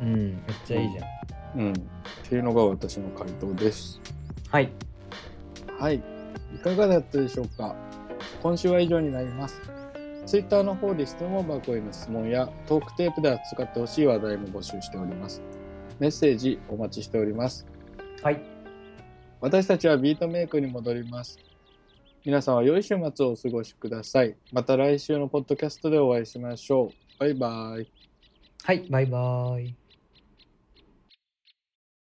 S2: うん、うん、めっちゃいいじゃん
S1: うん、っていうのが私の回答です。
S2: はい
S1: はい、いかがだったでしょうか。今週は以上になります。ツイッターの方で質問箱への質問やトークテープで扱ってほしい話題も募集しております。メッセージお待ちしております。
S2: はい
S1: 私たちはビートメイクに戻ります。皆さんは良い週末をお過ごしください。また来週のポッドキャストでお会いしましょう。バイバイ。
S2: はいバイバーイ